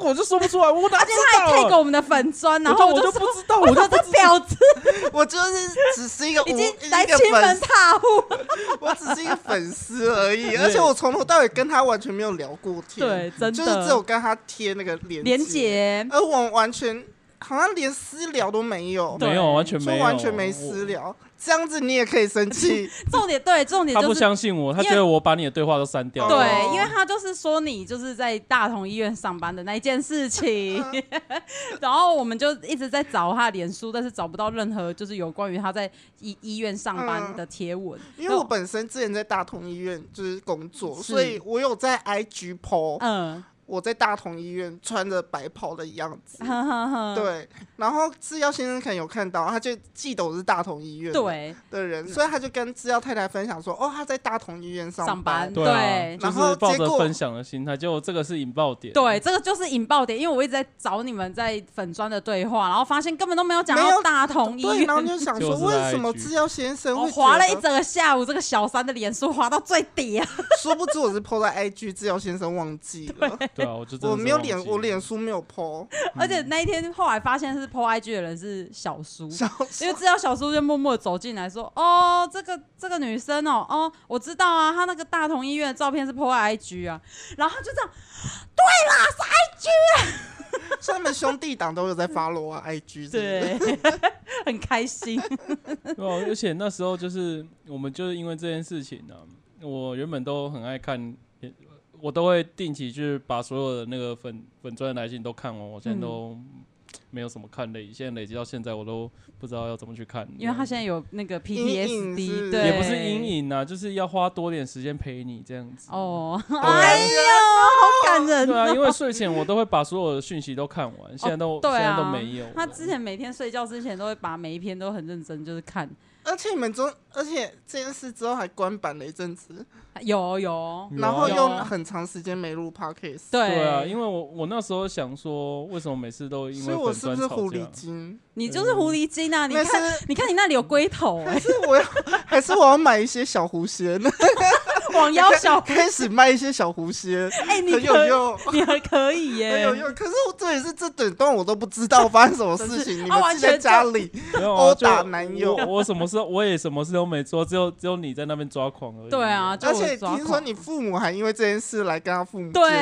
Speaker 1: 我就说不出来，我哪
Speaker 2: 而
Speaker 1: 知
Speaker 2: 且他
Speaker 1: 道
Speaker 2: 也 take
Speaker 1: 啊？
Speaker 2: 我们的粉砖，然
Speaker 1: 我
Speaker 2: 后
Speaker 1: 就我就
Speaker 2: 就
Speaker 1: 不
Speaker 2: 说，
Speaker 1: 知道，
Speaker 2: 我
Speaker 1: 我就
Speaker 2: 说
Speaker 1: 不
Speaker 2: 这
Speaker 1: 知
Speaker 2: 婊子
Speaker 3: 我就是只是一个无
Speaker 2: 已经
Speaker 3: 一
Speaker 2: 来
Speaker 3: 个
Speaker 2: 亲
Speaker 3: 粉
Speaker 2: 门
Speaker 3: 丝，
Speaker 2: 踏户，
Speaker 3: 我只是一个粉丝 而已，而且我从头到尾跟他完全没有聊过天，
Speaker 2: 对，真的，
Speaker 3: 就是只有跟他贴那个连
Speaker 2: 连结，
Speaker 3: 而我完全好像连私聊都没有，
Speaker 1: 没有，
Speaker 2: 对
Speaker 1: 完全没
Speaker 3: 说
Speaker 1: 有，
Speaker 3: 完全没私聊，这样子你也可以 生气，
Speaker 2: 重点对，重点
Speaker 1: 他不
Speaker 2: 就是。
Speaker 1: 相信我，他
Speaker 2: 因为
Speaker 1: 觉得我把你的对话都删掉了。
Speaker 2: 对，
Speaker 3: 哦
Speaker 2: 因为他就是说你就是在大同医院上班的那一件事情， 然后我们就一直在找他脸书，但是找不到任何就是有关于他在医医院上班的贴文。
Speaker 3: 因为我本身之前在大同医院就是工作，所以我有在 IG PO、
Speaker 2: 嗯，
Speaker 3: 我在大同医院穿着白袍的样子。
Speaker 2: 呵呵呵，
Speaker 3: 对，然后制药先生可能有看到，他就记得我是大同医院
Speaker 2: 嗯对，
Speaker 3: 的人，所以他就跟制药太太分享说，哦，他在大同医院上
Speaker 2: 上班
Speaker 1: 对啊，
Speaker 2: 对
Speaker 1: 就
Speaker 3: 然后
Speaker 1: 是
Speaker 3: 结
Speaker 1: 抱着
Speaker 3: 果
Speaker 1: 分享的心态，结果这个是引爆点。
Speaker 2: 对，这个就是引爆点，因为我一直在找你们在粉砖的对话，然后发现根本都没有讲
Speaker 3: 没
Speaker 2: 到
Speaker 3: 有
Speaker 2: 大同医
Speaker 3: 对，
Speaker 2: 院
Speaker 3: 然。后就想
Speaker 1: 就
Speaker 3: 说，
Speaker 1: 是在
Speaker 3: 为什么
Speaker 1: IG
Speaker 3: 制药先生
Speaker 2: 我
Speaker 3: 会
Speaker 2: 划了一
Speaker 3: 觉得
Speaker 2: 整个下午，这个小三的脸书划到最底啊！
Speaker 3: 殊不知我是 PO 在 IG，制药先生忘记 了，
Speaker 1: 对啊，我就真的
Speaker 3: 我
Speaker 1: 是
Speaker 3: 没有
Speaker 1: 忘
Speaker 3: 脸，
Speaker 1: 记
Speaker 3: 我脸书没有 PO，
Speaker 2: 而且那一天后来发现是 PO IG 的人是小叔，
Speaker 3: 小
Speaker 2: 因为知道小叔就默默地走进来说：“哦，这个这个女生哦，哦，我知道啊，她那个大同医院的照片是 PO 在 IG 啊。”然后他就这样，
Speaker 3: 所以他们兄弟党都有在 follow 啊 IG，之类的，
Speaker 2: 对， 很开心。
Speaker 1: 对啊，而且那时候就是我们就是因为这件事情呢、啊，我原本都很爱看，我都会定期去把所有的那个粉粉钻的来信都看完，我现在都没有什么看累，现在累积到现在我都不知道要怎么去看，
Speaker 2: 因为他现在有那个
Speaker 3: 阴影
Speaker 2: PTSD，
Speaker 3: 是
Speaker 2: 对，
Speaker 1: 也不是阴。影啊，就是要花多点时间陪你这样子。
Speaker 2: 哦，
Speaker 1: 啊
Speaker 2: 哎呦，好感人
Speaker 1: 对啊，
Speaker 2: 哦！
Speaker 1: 因为睡前我都会把所有的讯息都看完，现在都、
Speaker 2: 对啊
Speaker 1: 现在都没有了。
Speaker 2: 他之前每天睡觉之前都会把每一篇都很认真，就是看，
Speaker 3: 而且你们中，而且这件事之后还关版了一阵子，
Speaker 2: 有有，
Speaker 1: 有啊
Speaker 3: 然后又
Speaker 2: 有
Speaker 3: 很长时间没录 podcast，
Speaker 2: 对
Speaker 1: 对啊，因为我我那时候想说，为什么每次都因
Speaker 3: 所
Speaker 1: 为
Speaker 3: 以我
Speaker 1: 粉
Speaker 3: 是
Speaker 1: 砖
Speaker 3: 不是狐
Speaker 1: 吵
Speaker 3: 狸
Speaker 1: 架？
Speaker 3: 精？
Speaker 2: 你就是狐狸精啊！你
Speaker 3: 那
Speaker 2: 看，
Speaker 3: 是
Speaker 2: 你看你那里有龟头、欸
Speaker 3: 还，是我要还是我要买一些小狐仙，
Speaker 2: 网腰小龟，
Speaker 3: 开始卖一些小狐仙，
Speaker 2: 哎、你
Speaker 3: 很
Speaker 2: 可
Speaker 3: 有
Speaker 2: 以，
Speaker 3: 用。
Speaker 2: 你还可以耶、
Speaker 3: 很有用，可是我这也是这整段我都不知道发生 什么事情，你
Speaker 2: 啊
Speaker 3: 们
Speaker 2: 完
Speaker 3: 自己在
Speaker 2: 全
Speaker 3: 家
Speaker 2: 就
Speaker 3: 里，
Speaker 1: 没有
Speaker 3: 殴
Speaker 1: 啊，就
Speaker 3: 打男友
Speaker 1: 我我什么事我也什么事都没做，只有只有你在那边抓狂而已。
Speaker 2: 对啊，，就
Speaker 3: 而
Speaker 2: 我
Speaker 3: 且
Speaker 2: 抓
Speaker 3: 听说
Speaker 2: 狂
Speaker 3: 你父母还因为这件事来跟他父母见面，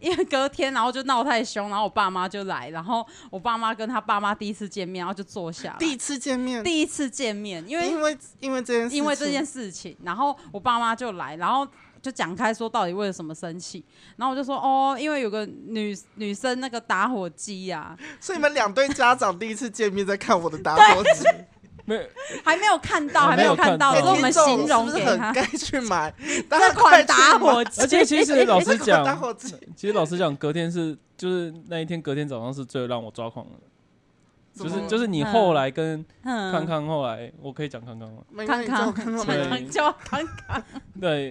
Speaker 2: 对，因为隔天然后就闹太凶，然后我爸妈就来，然后我爸妈跟他爸妈第一次见面，然后就坐下来
Speaker 3: 第一次见面，
Speaker 2: 第一次见面，因为
Speaker 3: 因为因为这件事，
Speaker 2: 因为这件，事情，然后我爸妈就来，然后就讲开说到底为了什么生气，然后我就说哦，因为有个女女生那个打火机啊 呀、
Speaker 3: 所以你们两对家长第一次见面在看 我的打火机，哎
Speaker 1: 没有
Speaker 2: 还没有看到，
Speaker 1: 我
Speaker 3: 哦
Speaker 2: 还没有
Speaker 1: 没有
Speaker 2: 看到，
Speaker 1: 看
Speaker 2: 哦所
Speaker 1: 到
Speaker 2: 以我们形容
Speaker 3: 是不
Speaker 2: 给
Speaker 3: 是
Speaker 2: 他
Speaker 3: 很该去 买
Speaker 2: 这款打火机，
Speaker 1: 啊而且其实老
Speaker 3: 这
Speaker 1: 实
Speaker 3: 款哎打
Speaker 1: 讲，
Speaker 3: 火 机
Speaker 1: 其实老实讲，隔天是就是那一天，隔天早上是最让我抓狂的，
Speaker 3: 怎
Speaker 1: 就
Speaker 3: 么
Speaker 1: 是
Speaker 3: 了
Speaker 1: 就是你后来跟
Speaker 2: 嗯
Speaker 1: 康康后来，我可以讲康康吗？
Speaker 3: 没关
Speaker 2: 康
Speaker 3: 系你叫我
Speaker 2: 康
Speaker 3: 看看
Speaker 1: 对
Speaker 2: 康康叫
Speaker 3: 吧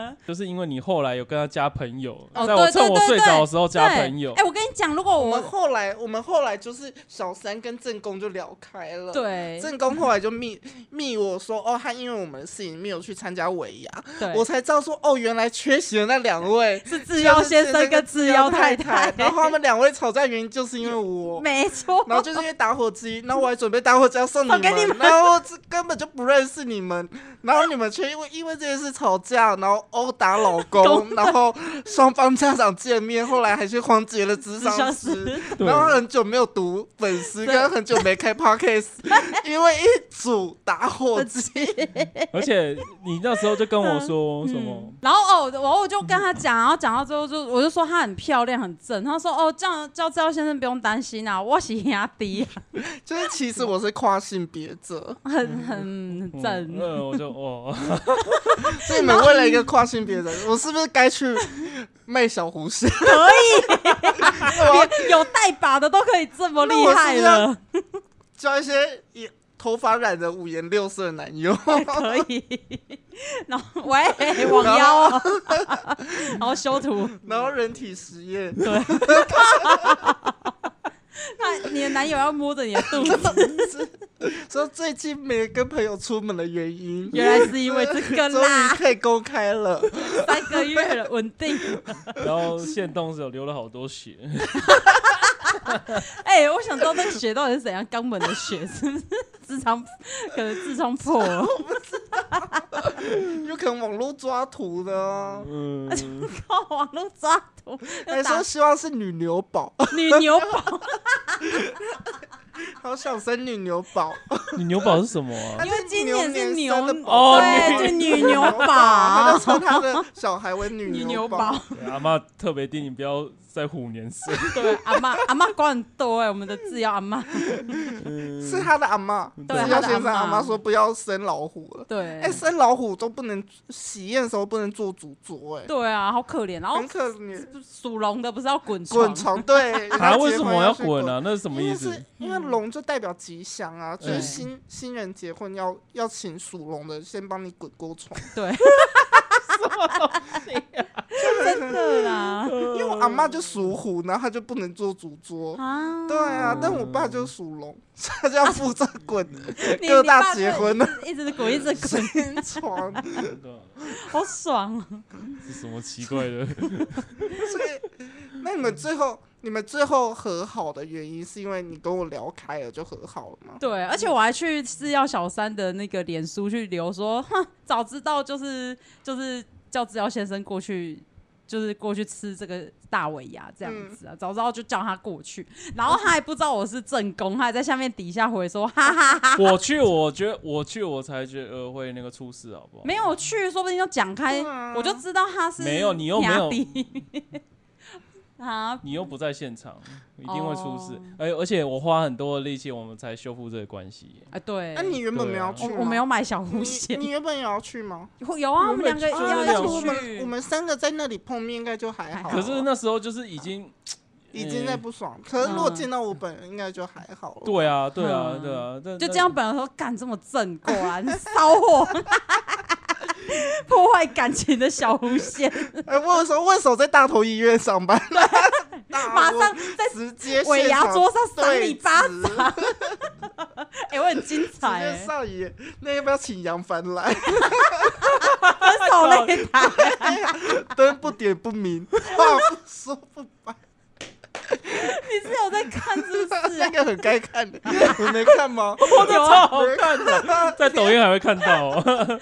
Speaker 1: 对，
Speaker 2: 康，
Speaker 1: 就是因为你后来有跟他加朋友，
Speaker 2: 哦
Speaker 1: 在我
Speaker 2: 对
Speaker 1: 趁
Speaker 2: 对
Speaker 1: 我
Speaker 2: 对
Speaker 1: 睡
Speaker 2: 对
Speaker 1: 着的时候加
Speaker 2: 对
Speaker 1: 朋友
Speaker 2: 哎、，我跟你讲，如果
Speaker 3: 我
Speaker 2: 我
Speaker 3: 们后来，我们后来就是小三跟正宫就聊开了。，
Speaker 2: 对
Speaker 3: 正宫后来就密密我说，哦，他因为我们的事情没有去参加尾牙，
Speaker 2: 对，
Speaker 3: 我才知道说，哦，原来缺席的那两 位
Speaker 2: 是自由先生跟自由太
Speaker 3: 太
Speaker 2: 太，
Speaker 3: 然后他们两位吵架原因就是因为我，
Speaker 2: 没错，
Speaker 3: 然后就是因为打火机，然后我还准备打火机要送你
Speaker 2: 送给你
Speaker 3: 们，
Speaker 2: 们
Speaker 3: 然后这根本就不认识你们，然后你们却因为因为这件事吵架，然后殴打老 公，然后双方家长见面，后来还去荒结了智商师，
Speaker 1: 对
Speaker 3: 然后很久没有读粉丝，跟很久没开 podcast，因为一组打火机，
Speaker 1: 而且你那时候就跟我说什么
Speaker 2: 嗯？然后哦，我我就跟他讲，然后讲到最后就我就说她很漂亮很正，他说哦这样叫赵先生不用担心啊，我是压低，
Speaker 3: 就是其实我是跨性别者，
Speaker 2: 很很
Speaker 1: 嗯
Speaker 2: 正。
Speaker 1: 嗯，我就哦，
Speaker 3: 所以你们为了一个跨性别者，我是不是该去卖小狐仙？可以， 我要
Speaker 2: 有带把的都可以这么厉害
Speaker 3: 那我
Speaker 2: 了，
Speaker 3: 交一些也头发染的五颜六色的 男友，
Speaker 2: 哎可以。然后喂，网腰啊，然后修图。
Speaker 3: 然后人体实验，
Speaker 2: 那你的男友要摸着你的 肚子，
Speaker 3: 说最近没跟朋友出门的原因，
Speaker 2: 原来是因为这个
Speaker 3: 终于
Speaker 2: 啦，
Speaker 3: 可以公开了。
Speaker 2: 三个月了，稳定。
Speaker 1: 然后现动手流了好多血，
Speaker 2: 哎、我想知道那个血到底是怎样，肛门的血是不是痔疮，可能痔疮破了，
Speaker 3: 有可能网络抓图的哦，
Speaker 1: 嗯，
Speaker 2: 靠网络抓图，
Speaker 3: 还说希望是女牛宝，
Speaker 2: 女牛宝，
Speaker 3: 好想生女牛宝，
Speaker 1: 你牛宝是什么啊？
Speaker 2: 因为今
Speaker 3: 牛
Speaker 2: 年
Speaker 3: 年
Speaker 2: 是牛
Speaker 3: 生的宝
Speaker 1: 哦
Speaker 2: 对，就女牛
Speaker 3: 他
Speaker 2: 宝
Speaker 3: 就，称他的小孩为女
Speaker 2: 女
Speaker 3: 牛
Speaker 2: 牛
Speaker 3: 宝
Speaker 2: 宝。，
Speaker 1: 对阿妈特别叮你不要在虎年生，
Speaker 2: 对，阿妈阿妈管很多哎、我们的字要阿妈，
Speaker 3: 是他的阿妈，
Speaker 2: 对
Speaker 3: 是
Speaker 2: 他
Speaker 3: 要
Speaker 2: 的
Speaker 3: 先生
Speaker 2: 阿
Speaker 3: 阿妈
Speaker 2: 嬷
Speaker 3: 说不要生老虎了。
Speaker 2: 对，
Speaker 3: 哎、生老虎都不能喜宴的时候不能做主桌、哎、
Speaker 2: 对啊，好可怜，然后
Speaker 3: 很可怜。
Speaker 2: 属龙的不是要滚床，
Speaker 3: 滚 床对，人家
Speaker 1: 啊，
Speaker 3: 结
Speaker 1: 为什
Speaker 3: 婚
Speaker 1: 么要
Speaker 3: 去
Speaker 1: 滚啊？？那是什么
Speaker 3: 因
Speaker 1: 意
Speaker 3: 为
Speaker 1: 思
Speaker 3: 是？因
Speaker 2: 嗯
Speaker 3: 为龙就代表吉祥啊，就是
Speaker 1: 对
Speaker 3: 新新人结婚要要请属龙的先帮你滚 锅床。
Speaker 2: 对，啊真的 啦，
Speaker 3: 因为我阿妈就属虎，然后她就不能做主桌。
Speaker 2: 啊，
Speaker 3: 对啊，但我爸就属龙，所以他就要负责滚
Speaker 2: 你
Speaker 3: 各
Speaker 2: 你
Speaker 3: 大
Speaker 2: 爸
Speaker 3: 结
Speaker 2: 就
Speaker 3: 婚的
Speaker 2: 一直滚一直滚，
Speaker 3: 新床。
Speaker 1: 真的
Speaker 2: 好爽啊，
Speaker 1: 啊是什么奇怪的？
Speaker 3: 所以，那你们最后你们最后和好的原因是因为你跟我聊开了就和好了吗？
Speaker 2: 对，而且我还去制药小三的那个脸书去留说， 哼，早知道就是就是叫制药先生过去，就是过去吃这个大尾牙这样子啊，
Speaker 3: 嗯
Speaker 2: 早知道就叫他过去，然后他还不知道我是正宫，他还在下面底下回说，哈哈哈，
Speaker 1: 我去，我觉得我去，我才觉得呃会那个出事，好不好？
Speaker 2: 没有去，说不定就讲开，
Speaker 3: 对啊
Speaker 2: 我就知道他是
Speaker 1: 没有你又没有
Speaker 2: 嗲 弟啊，
Speaker 1: 你又不在现场，一定会出事
Speaker 2: 哦。
Speaker 1: 而而且我花很多的力气，我们才修复这个关系。
Speaker 2: 哎，对，
Speaker 3: 那、啊你原本没有要去
Speaker 2: 啊我
Speaker 3: 吗？
Speaker 2: 我没有买小
Speaker 3: 你。
Speaker 2: 红
Speaker 3: 你
Speaker 2: 线，
Speaker 3: 原本也要去吗？
Speaker 2: 会有啊，我们两个
Speaker 1: 原本就
Speaker 2: 要
Speaker 1: 是
Speaker 3: 但
Speaker 1: 要
Speaker 3: 是我
Speaker 2: 一起
Speaker 3: 们
Speaker 2: 去哎啊
Speaker 3: 我。们三个在那里碰面应该就还好。
Speaker 1: 可是那时候就是已经，
Speaker 3: 已经在
Speaker 1: 嗯
Speaker 3: 不爽。可是如果
Speaker 2: 嗯
Speaker 3: 见到我本人，应该就还好了。
Speaker 1: 对啊，对啊，
Speaker 2: 嗯
Speaker 1: 对啊，但
Speaker 2: 就这样，本来说干这么正，果然 骚货，破坏感情的小红线，
Speaker 3: 哎，我有时候为什么在大头医院上班？
Speaker 2: 马
Speaker 3: 马
Speaker 2: 上在
Speaker 3: 直接
Speaker 2: 尾
Speaker 3: 现
Speaker 2: 牙
Speaker 3: 场
Speaker 2: 桌上赏
Speaker 3: 对
Speaker 2: 你巴
Speaker 3: 直
Speaker 2: 掌，哎、我很精彩、
Speaker 3: 直接
Speaker 2: 欸，
Speaker 3: 上演。那要不要请杨帆来？
Speaker 2: 分手擂台，
Speaker 3: 灯不点不明，话不说不白，
Speaker 2: 你是有在看是不 是
Speaker 3: 那
Speaker 2: 啊？
Speaker 3: 个很该看的，你没看吗？
Speaker 1: 我的
Speaker 2: 有
Speaker 1: 超
Speaker 2: 啊
Speaker 1: 好看的，在抖音还会看到哦。
Speaker 2: 他们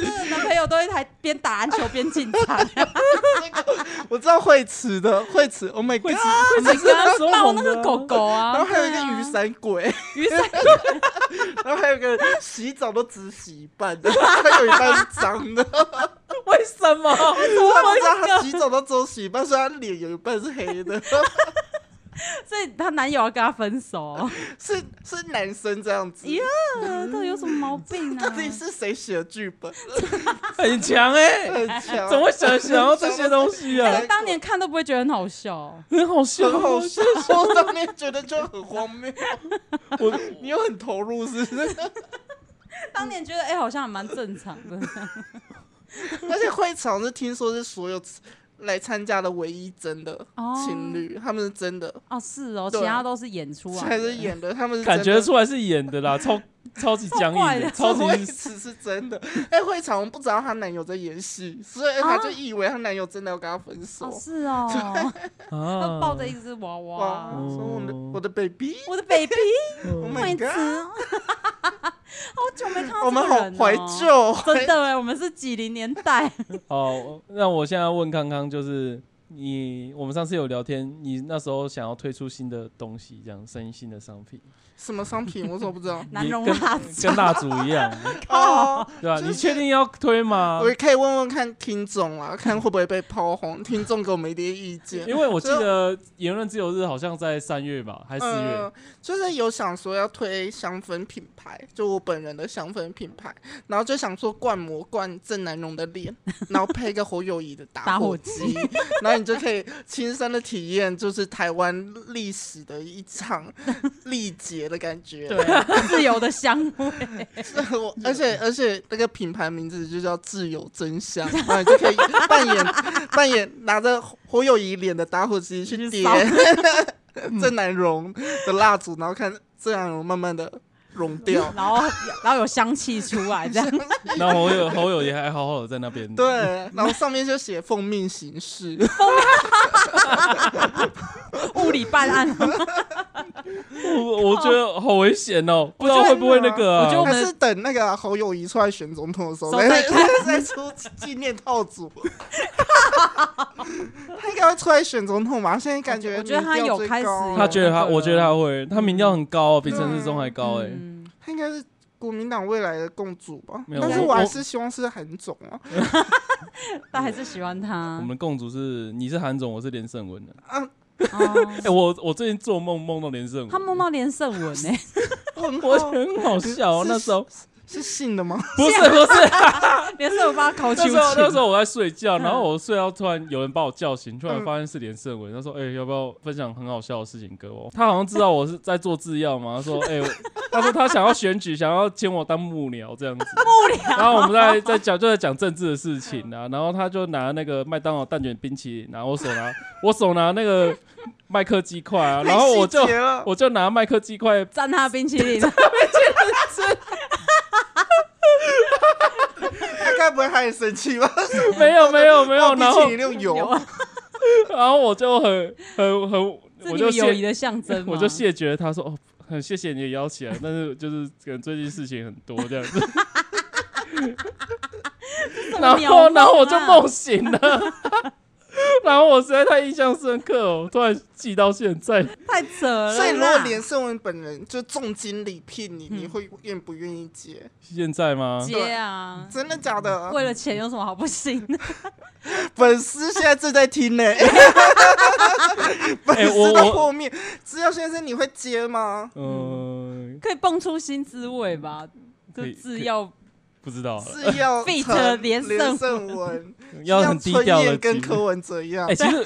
Speaker 2: 是男朋友都一台边打篮球边进 场，
Speaker 3: 我知道惠慈的惠慈，Oh my
Speaker 1: 会
Speaker 3: god！
Speaker 1: 吃会吃是那时候
Speaker 2: 抱
Speaker 1: 红
Speaker 2: 那
Speaker 1: 的
Speaker 2: 个
Speaker 1: 啊
Speaker 2: 狗狗啊，
Speaker 3: 然后还有一个
Speaker 2: 对啊
Speaker 3: 雨伞鬼，
Speaker 2: 雨伞，
Speaker 3: 然后还有一个洗澡都只洗一半的，还有一半是 脏的。
Speaker 1: 为什么？
Speaker 3: 他不知道他洗澡都只有洗一半，所以他脸有一半是黑的。
Speaker 2: 所以她男友要跟她分 手，
Speaker 3: 是是男生这样子。
Speaker 2: 咦到底有什么毛病啊
Speaker 3: 到？底是谁写的剧 本？
Speaker 1: 很强哎、
Speaker 3: 很强，啊
Speaker 1: 怎么会想想到这些东西啊
Speaker 2: 那？个哎当年看都不会觉得很好笑，
Speaker 1: 很好笑，
Speaker 3: 很好笑？ 我当年觉得就很荒谬，
Speaker 1: 我
Speaker 3: 你又很投入，是不是？
Speaker 2: 当年觉得哎、好像还蛮正常 的，
Speaker 3: 而且会场是听说是所有来参加的唯一真的
Speaker 2: 哦
Speaker 3: 情侣，他们是真的，
Speaker 2: 哦是哦，
Speaker 3: 对
Speaker 2: 其他都是演出啊，
Speaker 3: 还是演的，他们是
Speaker 1: 感觉
Speaker 3: 真的
Speaker 1: 出来是演的啦，超超级僵
Speaker 2: 超怪啊
Speaker 1: 硬
Speaker 2: 的
Speaker 1: 的，超级
Speaker 3: 惠慈是 真的，哎，会场我不知道她男友在演戏，所以她就以为她男友真的要跟她分手
Speaker 2: 啊哦。是 哦，
Speaker 1: 啊
Speaker 2: 要抱着一只娃
Speaker 3: 哇！
Speaker 2: 娃，
Speaker 1: 哦
Speaker 3: 说我的我的 baby，
Speaker 2: 我的 baby，
Speaker 1: 嗯
Speaker 2: 惠
Speaker 3: my
Speaker 2: 子，好 久没看到
Speaker 3: 我们
Speaker 2: 这个
Speaker 3: 好
Speaker 2: 人哦
Speaker 3: 怀，旧，
Speaker 2: 真的哎，我们是几零年代，
Speaker 1: 好，哦那我现在问康康，就是你，我们上次有聊天，你那时候想要推出新的东西，这样生意新的商品，
Speaker 3: 什么商品我怎么不 知道？
Speaker 2: 难容
Speaker 1: 你跟
Speaker 2: 蜡烛
Speaker 1: 跟蜡烛一样，
Speaker 3: 哦，
Speaker 1: 对吧、
Speaker 3: 就是
Speaker 1: 你确定要推吗
Speaker 3: 我？也可以问问看听众啊，看会不会被炮轰。听众给我们一点意见，
Speaker 1: 因为我记得言论自由日好像在三月吧，还是四月？
Speaker 3: 嗯，就是有想说要推香氛品牌，就我本人的香氛品牌，然后就想说灌模灌郑南榕的脸，然后配一个侯友谊的打
Speaker 2: 打火
Speaker 3: 火机， 然后你就可以亲身的体验，就是台湾历史的一场历劫的感觉。
Speaker 2: 对，自由的 香味，
Speaker 3: 是 我，而且
Speaker 2: 嗯
Speaker 3: 而且那个品牌名字就叫“自由真香”，然后你就可以扮演扮演拿着侯友谊脸的打火机去
Speaker 2: 去嗯
Speaker 3: 点
Speaker 2: 烧
Speaker 3: 郑南榕的蜡烛，然后看郑南榕慢慢的融 掉。
Speaker 2: 然后然后有香气出来， 这样
Speaker 1: 然后侯友侯友也还好好的在那边，
Speaker 3: 对，然后上面就写“奉命行事
Speaker 2: 物理办案，哦
Speaker 1: 我我觉得好危险哦，不知道会不会那个、啊。
Speaker 2: 我觉得”，我们
Speaker 3: 还是等那个侯友谊出来选总统的时候
Speaker 2: 时候再
Speaker 3: 再 再出纪念套 组。他应该会出来选总统吧？现在感觉
Speaker 2: 我觉得他
Speaker 3: 民调
Speaker 2: 有
Speaker 3: 最
Speaker 2: 开始
Speaker 3: 高啊
Speaker 2: 有
Speaker 1: 他觉得他，
Speaker 2: 那个
Speaker 1: 我觉得他会，他民调很高、哦，比陈世忠还高哎、
Speaker 2: 嗯
Speaker 3: 他应该是国民党未来的共主吧？
Speaker 1: 没有
Speaker 3: 但是
Speaker 1: 我
Speaker 3: 我还
Speaker 1: 我
Speaker 3: 是希望是韩总啊。
Speaker 2: 但还是喜欢他
Speaker 1: 我。们共主是你是韩总，我是连胜文的。
Speaker 3: 啊，
Speaker 1: 哎、
Speaker 2: 哦，
Speaker 1: 我我最近做梦梦到连胜文，
Speaker 2: 他梦到连胜文欸呢、
Speaker 3: 很
Speaker 1: 我
Speaker 3: 好
Speaker 1: 很好笑、哦。
Speaker 3: 是
Speaker 1: 那时候
Speaker 3: 是信的吗？
Speaker 1: 不是不是，
Speaker 2: 连胜文帮他考秋
Speaker 1: 那时候那时
Speaker 2: 千。
Speaker 1: 候我在睡觉，
Speaker 3: 嗯
Speaker 1: 然后我睡到突然有人把我叫醒，突然发现是连胜文，他说：“哎、要不要分享很好笑的事情给我？”他好像知道我是在做制药嘛，他说：“哎、我 他说他想要选举，想要签我当幕僚这样 子。”幕僚。然后我们在在讲就在讲政治的事情啊，然后他就拿那个麦当劳蛋卷冰淇淋，然后我手拿 我手拿那个麦克鸡块啊， 然后我就
Speaker 3: 太细节了
Speaker 1: 我就拿麦克鸡块
Speaker 2: 沾他冰淇淋，
Speaker 3: 他该不会他也生气吧？
Speaker 1: 没有没有没 有，
Speaker 3: 哇
Speaker 1: 然
Speaker 3: 哦冰
Speaker 1: 后
Speaker 3: 淇淋用
Speaker 2: 有啊
Speaker 3: 油，
Speaker 1: 然后我就很很很，
Speaker 2: 是
Speaker 1: 我
Speaker 2: 你
Speaker 1: 就
Speaker 2: 们友谊
Speaker 1: 谢
Speaker 2: 的象征吗？
Speaker 1: 我就谢绝他说哦，很谢谢你的邀请啊，但是就是可能最近事情很多这样子，
Speaker 2: 这么
Speaker 1: 然
Speaker 2: 渺茫啊
Speaker 1: 后然后我就梦醒了， 然后我实在太印象深刻哦，我突然记到现在，
Speaker 2: 太扯了啦。
Speaker 3: 所以如果连胜文本人就重金礼聘你，你会愿不愿意接？
Speaker 1: 现在吗？
Speaker 2: 接啊，
Speaker 3: 真的假的？
Speaker 2: 为了钱有什么好不行 的？
Speaker 3: 粉丝现在正在 听呢，粉丝
Speaker 1: 哎我
Speaker 3: 到
Speaker 1: 我
Speaker 3: 后面，资料先生你会接吗？
Speaker 1: 嗯，
Speaker 2: 可以蹦出新滋味吧？就
Speaker 1: 可以
Speaker 2: 制药
Speaker 1: 不不知道了，
Speaker 3: 是要
Speaker 2: Fit
Speaker 3: 陈
Speaker 2: 连胜
Speaker 3: 连胜文，
Speaker 1: 要
Speaker 3: 像
Speaker 1: 很低
Speaker 3: 春
Speaker 1: 调的
Speaker 3: 燕
Speaker 1: 集
Speaker 3: 跟柯文哲一样
Speaker 1: 哎、，其实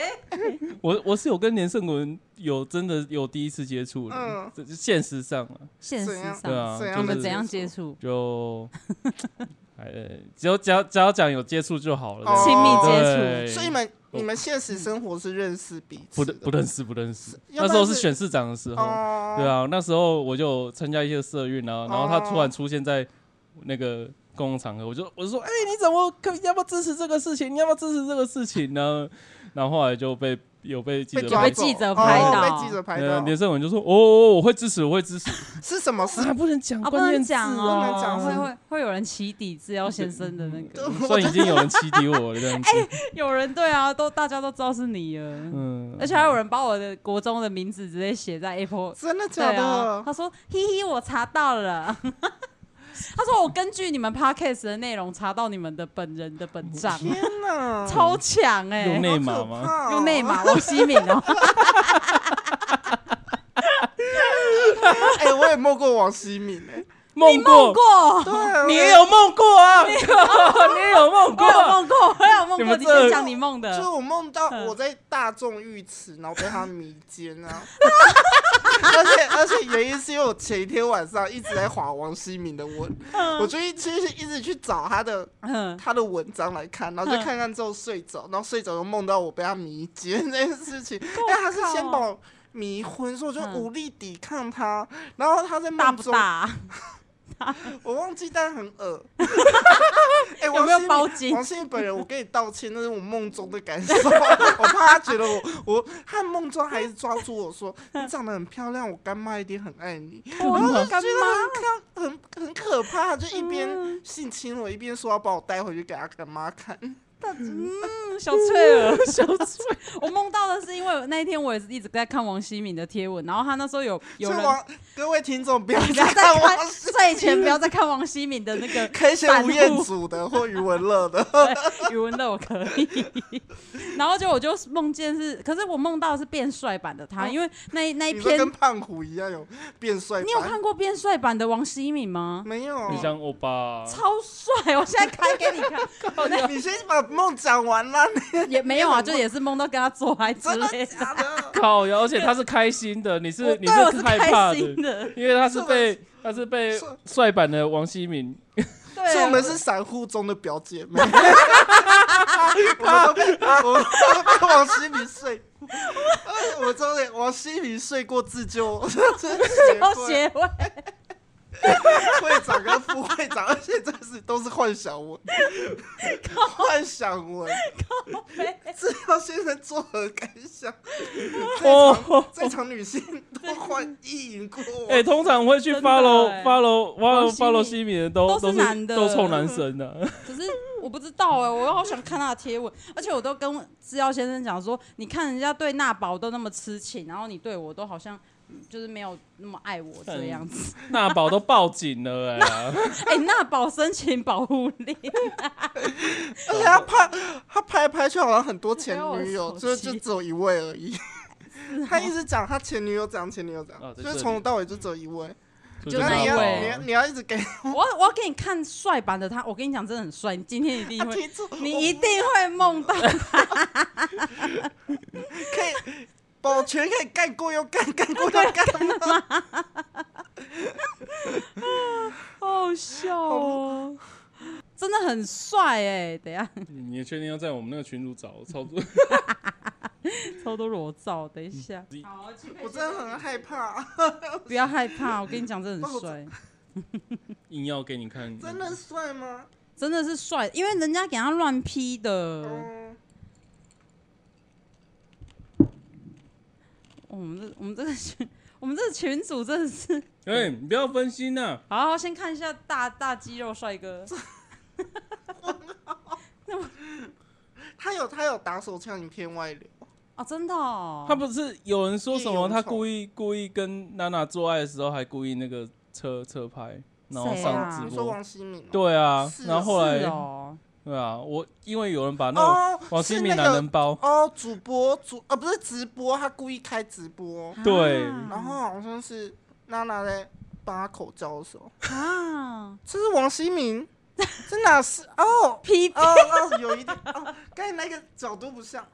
Speaker 1: 我我是有跟连胜文有真的有第一次接触的，
Speaker 3: 嗯
Speaker 1: 这现实上啊，
Speaker 2: 现实
Speaker 3: 怎样
Speaker 1: 对
Speaker 2: 上，
Speaker 1: 啊，
Speaker 3: 怎样
Speaker 1: 就
Speaker 2: 你
Speaker 1: 是
Speaker 2: 们怎样接触？
Speaker 1: 就 哎，只要只要只要讲有接触就好了，
Speaker 3: 哦
Speaker 2: 亲密接
Speaker 1: 对
Speaker 3: 所以你们
Speaker 1: 我
Speaker 3: 你们现实生活是认识彼
Speaker 1: 不
Speaker 3: 此的
Speaker 1: 认不认识不认识，
Speaker 3: 要
Speaker 1: 那
Speaker 3: 不然
Speaker 1: 时候是
Speaker 3: 是
Speaker 1: 选市长的时候，
Speaker 3: 哦，
Speaker 1: 对，啊，那时候我就参加一些社运啊，然后他突然
Speaker 3: 哦
Speaker 1: 出现在那个公共场合，我就我就说，哎、你怎么可要不要支持这个事情？你要不要支持这个事情呢？然后后来就被有被啊记
Speaker 3: 被
Speaker 1: 者
Speaker 3: 抓
Speaker 1: 拍
Speaker 2: 被
Speaker 1: 到
Speaker 3: 走
Speaker 2: 记者
Speaker 3: 哦
Speaker 2: 拍
Speaker 3: 被
Speaker 2: 到
Speaker 3: 记者拍
Speaker 1: 呃，
Speaker 3: 到
Speaker 1: 连胜文就说：“哦哦，我会支持，我会 支持。
Speaker 3: 是什么”事？
Speaker 1: 啊，不能讲
Speaker 2: 啊，不
Speaker 1: 关键
Speaker 2: 能
Speaker 1: 字
Speaker 2: 讲哦，
Speaker 3: 不 能讲
Speaker 2: 会会会有人起底制药先生的那个，
Speaker 1: 算已经有人起底我了这样
Speaker 2: 哎
Speaker 1: 子。
Speaker 2: 有人对啊，都大家都知道是你了，
Speaker 1: 嗯，
Speaker 2: 而且还有人把我的国中的名字直接写在 Apple
Speaker 3: 真的假
Speaker 2: 对啊，
Speaker 3: 的？
Speaker 2: 他说：“嘿嘿，我查到了。” 他说：“我根据你们 podcast 的内容查到你们的本人的本账，
Speaker 3: 天啊哪，
Speaker 2: 超强哎、
Speaker 1: 用
Speaker 2: 欸！
Speaker 1: 内
Speaker 3: 好
Speaker 1: 码
Speaker 3: 可
Speaker 1: 吗？
Speaker 3: 怕哦
Speaker 2: 用内码王希敏哦，
Speaker 3: 哎、我也梦过王希敏 哎、
Speaker 1: 梦
Speaker 2: 梦
Speaker 1: 过，
Speaker 2: 过，
Speaker 3: 对，
Speaker 1: 哦你
Speaker 3: 我
Speaker 1: 也有梦过啊， 你也有梦
Speaker 2: 我有
Speaker 1: 过。啊
Speaker 2: 梦过，我有梦
Speaker 1: 你
Speaker 2: 过。
Speaker 1: 们
Speaker 2: 你
Speaker 1: 这
Speaker 2: 先讲你梦
Speaker 3: 就是
Speaker 2: 的，
Speaker 3: 我梦到
Speaker 2: 嗯
Speaker 3: 我在大众浴池，然后被他迷奸啊。 而且而且原因是因为我前一天晚上一直在划王希敏的文，我就一其实一直去找他的
Speaker 2: 嗯，
Speaker 3: 他的文章来看，然后就看看之后睡着，然后睡着就梦到我被他迷奸这件事 情，因为他是先把我迷昏，所以我就
Speaker 2: 嗯
Speaker 3: 无力抵抗他。然后他在
Speaker 2: 大
Speaker 3: 梦
Speaker 2: 不
Speaker 3: 中，
Speaker 2: 大？
Speaker 3: 我忘记，但很 恶。哎、
Speaker 2: 有
Speaker 3: 王
Speaker 2: 没有
Speaker 3: 心凌
Speaker 2: 包巾
Speaker 3: 王心凌本人，我跟你道歉，那是我梦中的感受。 我怕他觉得我，我他梦中还是抓住我说：“你长得很漂亮，我干妈一定很爱 你。”
Speaker 2: 我
Speaker 3: 然后我
Speaker 2: 的
Speaker 3: 就觉
Speaker 2: 干
Speaker 3: 得他很很很可怕，就一
Speaker 2: 嗯
Speaker 3: 边性侵我，一边说要把我带回去给他干妈看。
Speaker 2: 妈， 小翠儿，小翠。我梦到的是，因为那一天我也是一直在看王希敏的贴文，然后他那时候有有
Speaker 3: 所
Speaker 2: 人
Speaker 3: 以王各位听众不要
Speaker 2: 不要
Speaker 3: 再
Speaker 2: 再
Speaker 3: 看
Speaker 2: 看
Speaker 3: 王心
Speaker 2: 睡前不要再看王希敏的那个
Speaker 3: 可以写
Speaker 2: 反
Speaker 3: 吴彦
Speaker 2: 复
Speaker 3: 祖的或余文乐的，
Speaker 2: 语文的我可以。 然后就我就梦见是，可是我梦到的是变帅版的他，
Speaker 3: 哦
Speaker 2: 因为那 那一
Speaker 3: 你说
Speaker 2: 篇
Speaker 3: 跟胖虎一样有变帅版。
Speaker 2: 你有看过变帅版的王希敏吗？
Speaker 3: 没有？
Speaker 1: 很像欧巴，
Speaker 2: 超帅！我现在开给你 看，
Speaker 3: 你先把梦讲完啦， 你
Speaker 2: 也没有啊，就也是梦到跟他做爱之
Speaker 3: 真
Speaker 2: 类的。
Speaker 3: 的假的？
Speaker 1: 靠呀！而且他是开心的，你
Speaker 2: 我
Speaker 1: 是你
Speaker 2: 对我
Speaker 1: 害怕
Speaker 2: 开心的，
Speaker 1: 因为他是
Speaker 3: 是
Speaker 1: 被他是被
Speaker 3: 是
Speaker 1: 帅版的王希敏
Speaker 2: 对，
Speaker 3: 所以我们是散户中的表 姐妹，我们都被我们都被王希敏睡，哎我都被王希敏睡过自救，真
Speaker 2: 要
Speaker 3: 协
Speaker 2: 协会。
Speaker 3: 会会长跟副会长，而且这是都是幻想文，幻想文，这要先生作何感想？这
Speaker 1: 哦
Speaker 3: 场。这场女性都幻意淫过我，
Speaker 1: 哎、通常会去
Speaker 2: 真的
Speaker 1: follow、
Speaker 2: 哎
Speaker 1: follow follow
Speaker 2: 王希敏
Speaker 1: follow 西米的都
Speaker 2: 都是
Speaker 1: 都
Speaker 2: 男的
Speaker 1: 都臭男啊神的、
Speaker 2: 可是我不知道哎、我又好想看他的贴文，而且我都跟制药先生讲说，你看人家对娜宝都那么痴情，然后你对我都好像嗯就是没有那么爱我这样子。
Speaker 1: 娜宝都报警了哎、
Speaker 2: 哎、娜宝申请保护令，
Speaker 3: 而且他拍他拍来拍去好像很多前女友，
Speaker 2: 我手
Speaker 3: 就
Speaker 2: 机
Speaker 3: 就只有一位而已。他一直讲他前女友怎样，前女友怎
Speaker 1: 哦
Speaker 3: 样，
Speaker 1: 在
Speaker 3: 就是
Speaker 1: 这
Speaker 3: 从
Speaker 1: 里
Speaker 3: 头到尾就只有一位。
Speaker 2: 就
Speaker 3: 然后
Speaker 2: 那
Speaker 3: 你
Speaker 2: 一
Speaker 3: 要
Speaker 2: 位
Speaker 3: 你要你要一直给
Speaker 2: 我要我要给你看帅版的他，我跟你讲真的很帅，你今天一定
Speaker 3: 他
Speaker 2: 会，
Speaker 3: 听住，
Speaker 2: 你
Speaker 3: 我
Speaker 2: 一定会梦到。
Speaker 3: 可以 保全可以干过又干，干过又干吗？
Speaker 2: 好笑哦，真的很帅哎、等一下
Speaker 1: 你确定要在我们那个群组找操 作？
Speaker 2: 超多裸照，等一下
Speaker 3: 我真的很害怕，
Speaker 2: 嗯不要害怕，我跟你讲真的
Speaker 3: 哦
Speaker 2: 很帅。
Speaker 1: 硬要给你看，
Speaker 3: 真的帅吗？
Speaker 2: 真的是帅，因为人家给他乱 P 的。
Speaker 3: 嗯，
Speaker 2: 哦我们这我们这个群，我们这个群主真的是，
Speaker 1: 哎、你不要分心啊呐、
Speaker 2: 好好先看一下大大肌肉帅哥，
Speaker 3: 他有他有打手枪影片外流，
Speaker 2: 哦，真的、哦，
Speaker 1: 他不是有人说什
Speaker 3: 夜
Speaker 1: 么
Speaker 3: 游
Speaker 1: 他
Speaker 3: 虫
Speaker 1: 故意故意跟娜娜做爱的时候还故意那个车车拍，然后
Speaker 2: 谁
Speaker 1: 上
Speaker 2: 啊
Speaker 1: 直
Speaker 3: 你说
Speaker 1: 播。
Speaker 3: 王希敏吗？
Speaker 1: 对啊，
Speaker 3: 是
Speaker 1: 然后
Speaker 3: 哦
Speaker 1: 后来、
Speaker 2: 是哦，
Speaker 1: 对啊，我因为有人把那个
Speaker 3: 哦，
Speaker 1: 王
Speaker 3: 是
Speaker 1: 希敏
Speaker 3: 那
Speaker 1: 男
Speaker 3: 个
Speaker 1: 人包，
Speaker 3: 哦，主播主呃不是直播，他故意开直播。
Speaker 1: 对
Speaker 2: 啊
Speaker 3: 然后好像是娜娜在帮他口交的时候，
Speaker 2: 啊，
Speaker 3: 这是王希明，这哪是？哦
Speaker 2: 劈
Speaker 3: 哦哦，有一点哦，刚才那个角度不像。